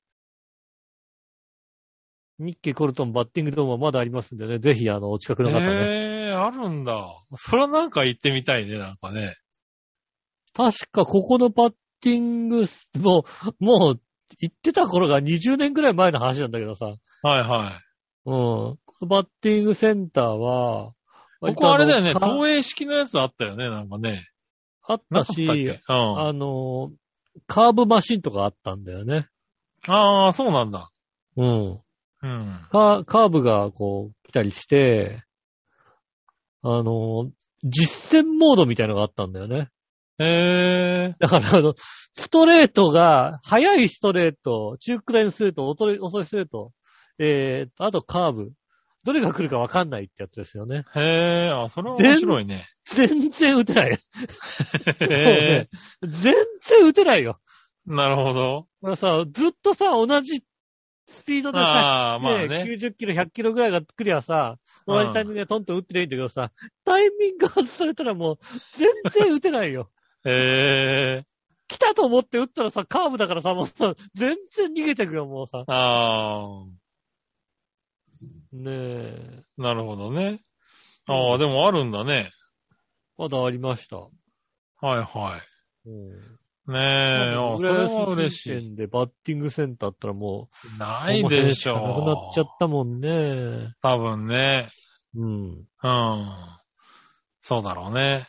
Speaker 2: ニッケコルトンバッティングドームはまだありますんでね、ぜひ、あの、お近くの方ね。
Speaker 3: へえあるんだ。それはなんか行ってみたいね、なんかね。
Speaker 2: 確か、ここのバッティング、もう、もう、行ってた頃が20年くらい前の話なんだけどさ。
Speaker 3: はいはい。
Speaker 2: うん。このバッティングセンターは、
Speaker 3: ここあれだよね、
Speaker 2: 割とあの
Speaker 3: 投影式のやつあったよね、なんかね。
Speaker 2: あっ
Speaker 3: な
Speaker 2: た
Speaker 3: かったっけう
Speaker 2: し、
Speaker 3: ん。あ
Speaker 2: あの、カーブマシンとかあったんだよね。
Speaker 3: あー、そうなんだ。
Speaker 2: うん。
Speaker 3: うん。
Speaker 2: カーカーブがこう来たりして、あの、実践モードみたいのがあったんだよね。
Speaker 3: へえ
Speaker 2: だからあの、ストレートが、速いストレート、中くらいのストレート、遅い遅いストレート、えー、あとカーブ。どれが来るかわかんないってやつですよね。
Speaker 3: ー、へえー、あ、それは面白いね。
Speaker 2: 全然打てない。
Speaker 3: へ
Speaker 2: もう
Speaker 3: え
Speaker 2: ね全然打てないよ。
Speaker 3: ー、なるほど。
Speaker 2: まあさ、ずっとさ、同じスピードでさ、
Speaker 3: ああ、まあ
Speaker 2: ね
Speaker 3: ね。
Speaker 2: 90キロ、100キロぐらいがクリアさ、
Speaker 3: うん
Speaker 2: 同じタイミングでトントン打ってないいんだけどさ、タイミング外されたらもう、全然打てないよ。
Speaker 3: へえ
Speaker 2: 来たと思って打ったらさ、カーブだからさ、もうさ、全然逃げてくよ、もうさ。
Speaker 3: ー、あ
Speaker 2: ねえ。
Speaker 3: あ、なるほどね。ああ、でもあるんだね。
Speaker 2: まだありました。
Speaker 3: はいは
Speaker 2: うん。
Speaker 3: い。ねえ、あそれは嬉しい。
Speaker 2: い。でバッティングセンターあったらもう、
Speaker 3: ないでしょう。
Speaker 2: その辺しかなくなっちゃったもんね。
Speaker 3: 多分ね。
Speaker 2: うん。
Speaker 3: うん。そうだろうね。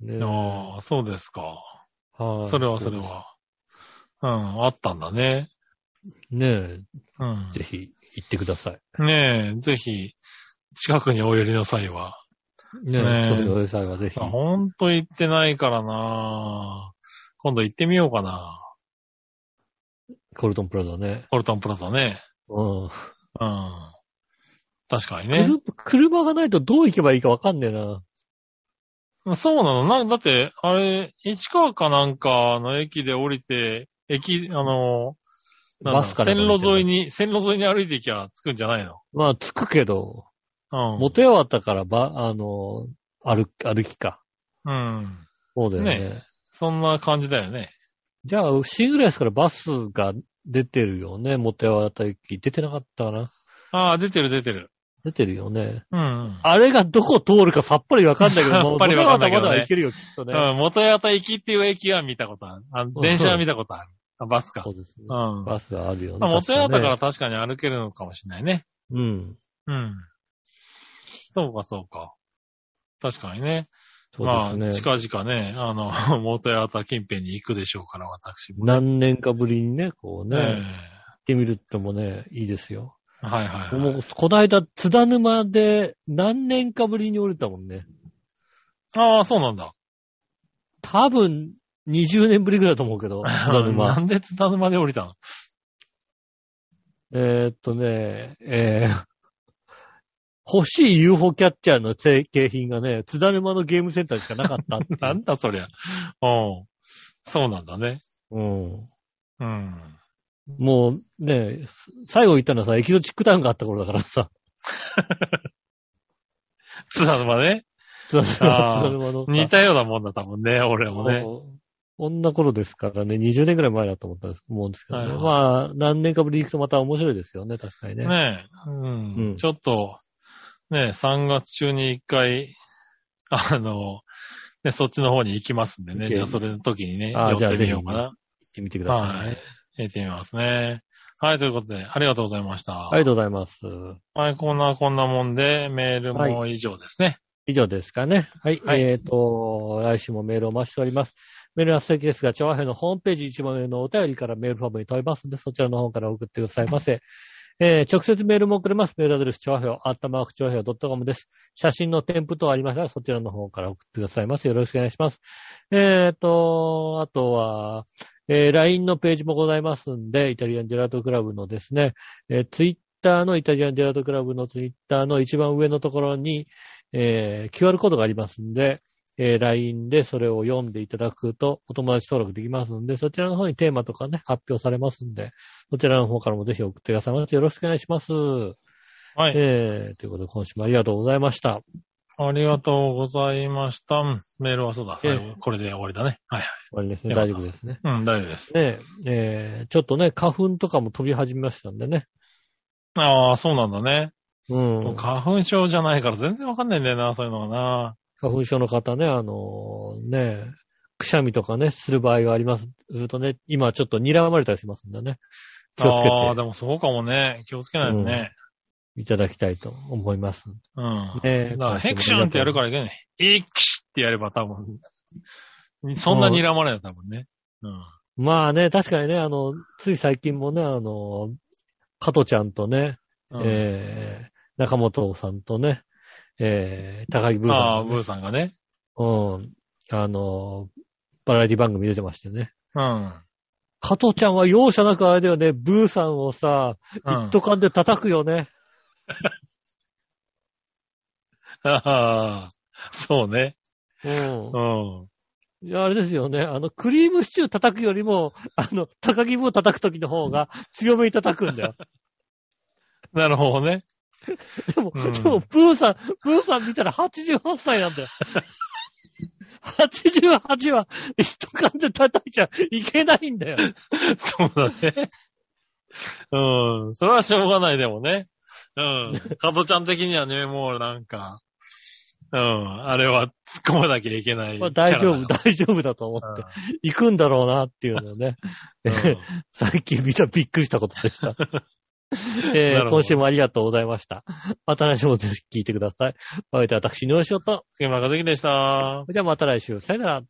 Speaker 2: ね
Speaker 3: ああ、そうですか。
Speaker 2: はい
Speaker 3: それはそれ。は。うん、あったんだね。
Speaker 2: ね
Speaker 3: うん
Speaker 2: え、。ぜひ行ってください。
Speaker 3: ねえ、ぜひ、近くにお寄りの際は。
Speaker 2: ね
Speaker 3: ねえ
Speaker 2: え、近くのお野菜はぜひ。
Speaker 3: あほんと行ってないからな今度行ってみようかな
Speaker 2: コルトンプラザね。
Speaker 3: コルトンプラザね。
Speaker 2: うん。
Speaker 3: うん。確かにね。
Speaker 2: 車車がないとどう行けばいいかわかんねえな。
Speaker 3: そうなのな、だって、あれ、市川かなんかの駅で降りて、駅、あの、なんだ
Speaker 2: バスから
Speaker 3: 線
Speaker 2: の
Speaker 3: 路沿いに、線路沿いに歩いて行きゃ着くんじゃないの
Speaker 2: まあ、着くけど、
Speaker 3: うん。
Speaker 2: モテ終わったから、ば、あの、歩、歩きか。
Speaker 3: うん。
Speaker 2: そうだよね。
Speaker 3: ねそんな感じだよね。
Speaker 2: じゃあ、シングラスからバスが出てるよね。モテ終わった駅。出てなかったかな。
Speaker 3: ああ、出てる出てる。
Speaker 2: 出てるよね。
Speaker 3: うんうん。
Speaker 2: あれがどこ通るかさっぱりわかんないけど、
Speaker 3: さっぱりわかんないけど
Speaker 2: まだ
Speaker 3: ね
Speaker 2: まだ行けるよ、きっとね。
Speaker 3: うん、元八幡駅っていう駅は見たことある。あ電車は見たことある。あバスか。
Speaker 2: そうですね
Speaker 3: う。ん。
Speaker 2: バスがあるよね。
Speaker 3: まあ、元ヤ
Speaker 2: 確ね
Speaker 3: タから。確かに歩けるのかもしれないね。
Speaker 2: うん。
Speaker 3: うん。そうか、そうか。確かにね。
Speaker 2: そうですね。
Speaker 3: まあ、近々ね、あの、 元ヤタ近辺に行くでしょうから、私も。
Speaker 2: 何年かぶりにね、こうね、行
Speaker 3: ね
Speaker 2: ってみるってもね、いいですよ。
Speaker 3: えはいはい、は
Speaker 2: も
Speaker 3: い。
Speaker 2: う、この間、津田沼で何年かぶりに降りたもんね。
Speaker 3: ああ、そうなんだ。
Speaker 2: 多分、20年ぶりぐらいだと思うけ ど、津田
Speaker 3: な
Speaker 2: 沼。
Speaker 3: んで津田沼で降りたの
Speaker 2: えーっとね、えー欲しい UFO キャッチャーの景品がね、津田沼のゲームセンターしかなかったっていう
Speaker 3: なんだそりゃ。うん。 そうなんだね。
Speaker 2: うん。
Speaker 3: うん。
Speaker 2: もうね、最後行ったのはさ、エキゾチックタウンがあった頃だからさ、
Speaker 3: 津田沼ね。
Speaker 2: 津田沼
Speaker 3: あー
Speaker 2: 津田沼のさ。
Speaker 3: 似たようなもんだ、多分ね、俺もね。
Speaker 2: そうこんな頃ですからね、20年ぐらい前だと思ったんです思うんですけどね。
Speaker 3: はいはい
Speaker 2: まあ、何年かぶりに行くとまた面白いですよね、確かにね。
Speaker 3: ねえ、うん、
Speaker 2: うん
Speaker 3: ちょっと、ねえ、3月中に一回、 あの、ね、そっちの方に行きますんでね。
Speaker 2: 行け
Speaker 3: じゃあ、それの時にね、
Speaker 2: あ
Speaker 3: 寄
Speaker 2: ー
Speaker 3: ってみようかな。
Speaker 2: 行ってみてください、
Speaker 3: はい。行ってみますね。はい、ということで、ありがとうございました。
Speaker 2: あ
Speaker 3: は
Speaker 2: りが
Speaker 3: い。
Speaker 2: とうございます。
Speaker 3: こんな、こんなもんで、メールも以上ですね。
Speaker 2: 以上ですかね。はい。
Speaker 3: はい
Speaker 2: えっ、と、来週もメールを待ちしております。メールは素敵ですが、調和編のホームページ一番上のお便りからメールファームに飛びますので、そちらの方から送ってくださいませ。えー直接メールも送れます。メールアドレス、調和表、あったまーく調和表 .com です。写真の添付等ありましたら、そちらの方から送ってくださいませ。よろしくお願いします。えっ、と、あとは、えー LINE のページもございますんで、イタリアンジェラートクラブのですね、えー Twitter のイタリアンジェラートクラブの Twitter の一番上のところに、えー QR コードがありますんで、えー LINE でそれを読んでいただくとお友達登録できますんで、そちらの方にテーマとかね、発表されますんで、そちらの方からもぜひ送ってくださいませ。よろしくお願いします。
Speaker 3: はい。
Speaker 2: えーということで今週もありがとうございました。
Speaker 3: ありがとうございました。うんメールはそうだ。
Speaker 2: ええ
Speaker 3: 最後これで終わりだね。はい
Speaker 2: 終わりですね。
Speaker 3: では
Speaker 2: 大丈夫ですね。
Speaker 3: はい。うん、大丈夫です。
Speaker 2: ねえ、えーちょっとね、花粉とかも飛び始めましたんでね。
Speaker 3: ああ、そうなんだね。
Speaker 2: うん。
Speaker 3: そう
Speaker 2: 花
Speaker 3: 花粉症じゃないから全然わかんないんだよな、そういうのがな。
Speaker 2: 粉症の方ね、あのーねえ、くしゃみとかね、する場合があります。するとね、今ちょっと睨まれたりしますんでね。気をつけ
Speaker 3: ああ、
Speaker 2: て
Speaker 3: でもそうかもね。気をつけないとね。
Speaker 2: いただきたいと思います。
Speaker 3: うん。
Speaker 2: ねえ
Speaker 3: だからヘクションってやるからいけない。イクシってやれば多分、そんなに睨まれない多分ね。うん。
Speaker 2: まあね、確かにね、あの、つい最近もね、あの、加トちゃんとね、
Speaker 3: うん
Speaker 2: えー、中本さんとね、えー、高木ブー
Speaker 3: ああ、
Speaker 2: さん
Speaker 3: ブーさんがね。
Speaker 2: もね、うん、あの、バラエティ番組出てましてね。
Speaker 3: うん。
Speaker 2: 加トちゃんは容赦なくあれだよね、ブーさんをさ、
Speaker 3: うん
Speaker 2: 一斗缶で叩くよね。
Speaker 3: ああ、そうね。
Speaker 2: うん
Speaker 3: う。ん。
Speaker 2: いやあれですよね、あの、クリームシチュー叩くよりも、あの、高木ブー叩く時の方が強めに叩くんだよ。
Speaker 3: なるほどね。
Speaker 2: でも、
Speaker 3: うん
Speaker 2: でも、プーさん、プーさん見たら88歳なんだよ。88は、一斗缶で叩いちゃいけないんだ よ。
Speaker 3: そうだね。うん。それはしょうがないでもね。うん。加トちゃん的にはね、もうなんか、うん。あれは突っ込まなきゃいけない。
Speaker 2: まあ大丈夫、。大丈夫だと思って、行くんだろうなっていうのをね、
Speaker 3: うん
Speaker 2: 最近見たびっくりしたことで した。えー
Speaker 3: なるほど
Speaker 2: 今週もありがとうございました。また来週もぜひ聞いてください。お相手は私、井上翔と。
Speaker 3: 杉村和樹でした。
Speaker 2: じゃあまた来週。さよなら。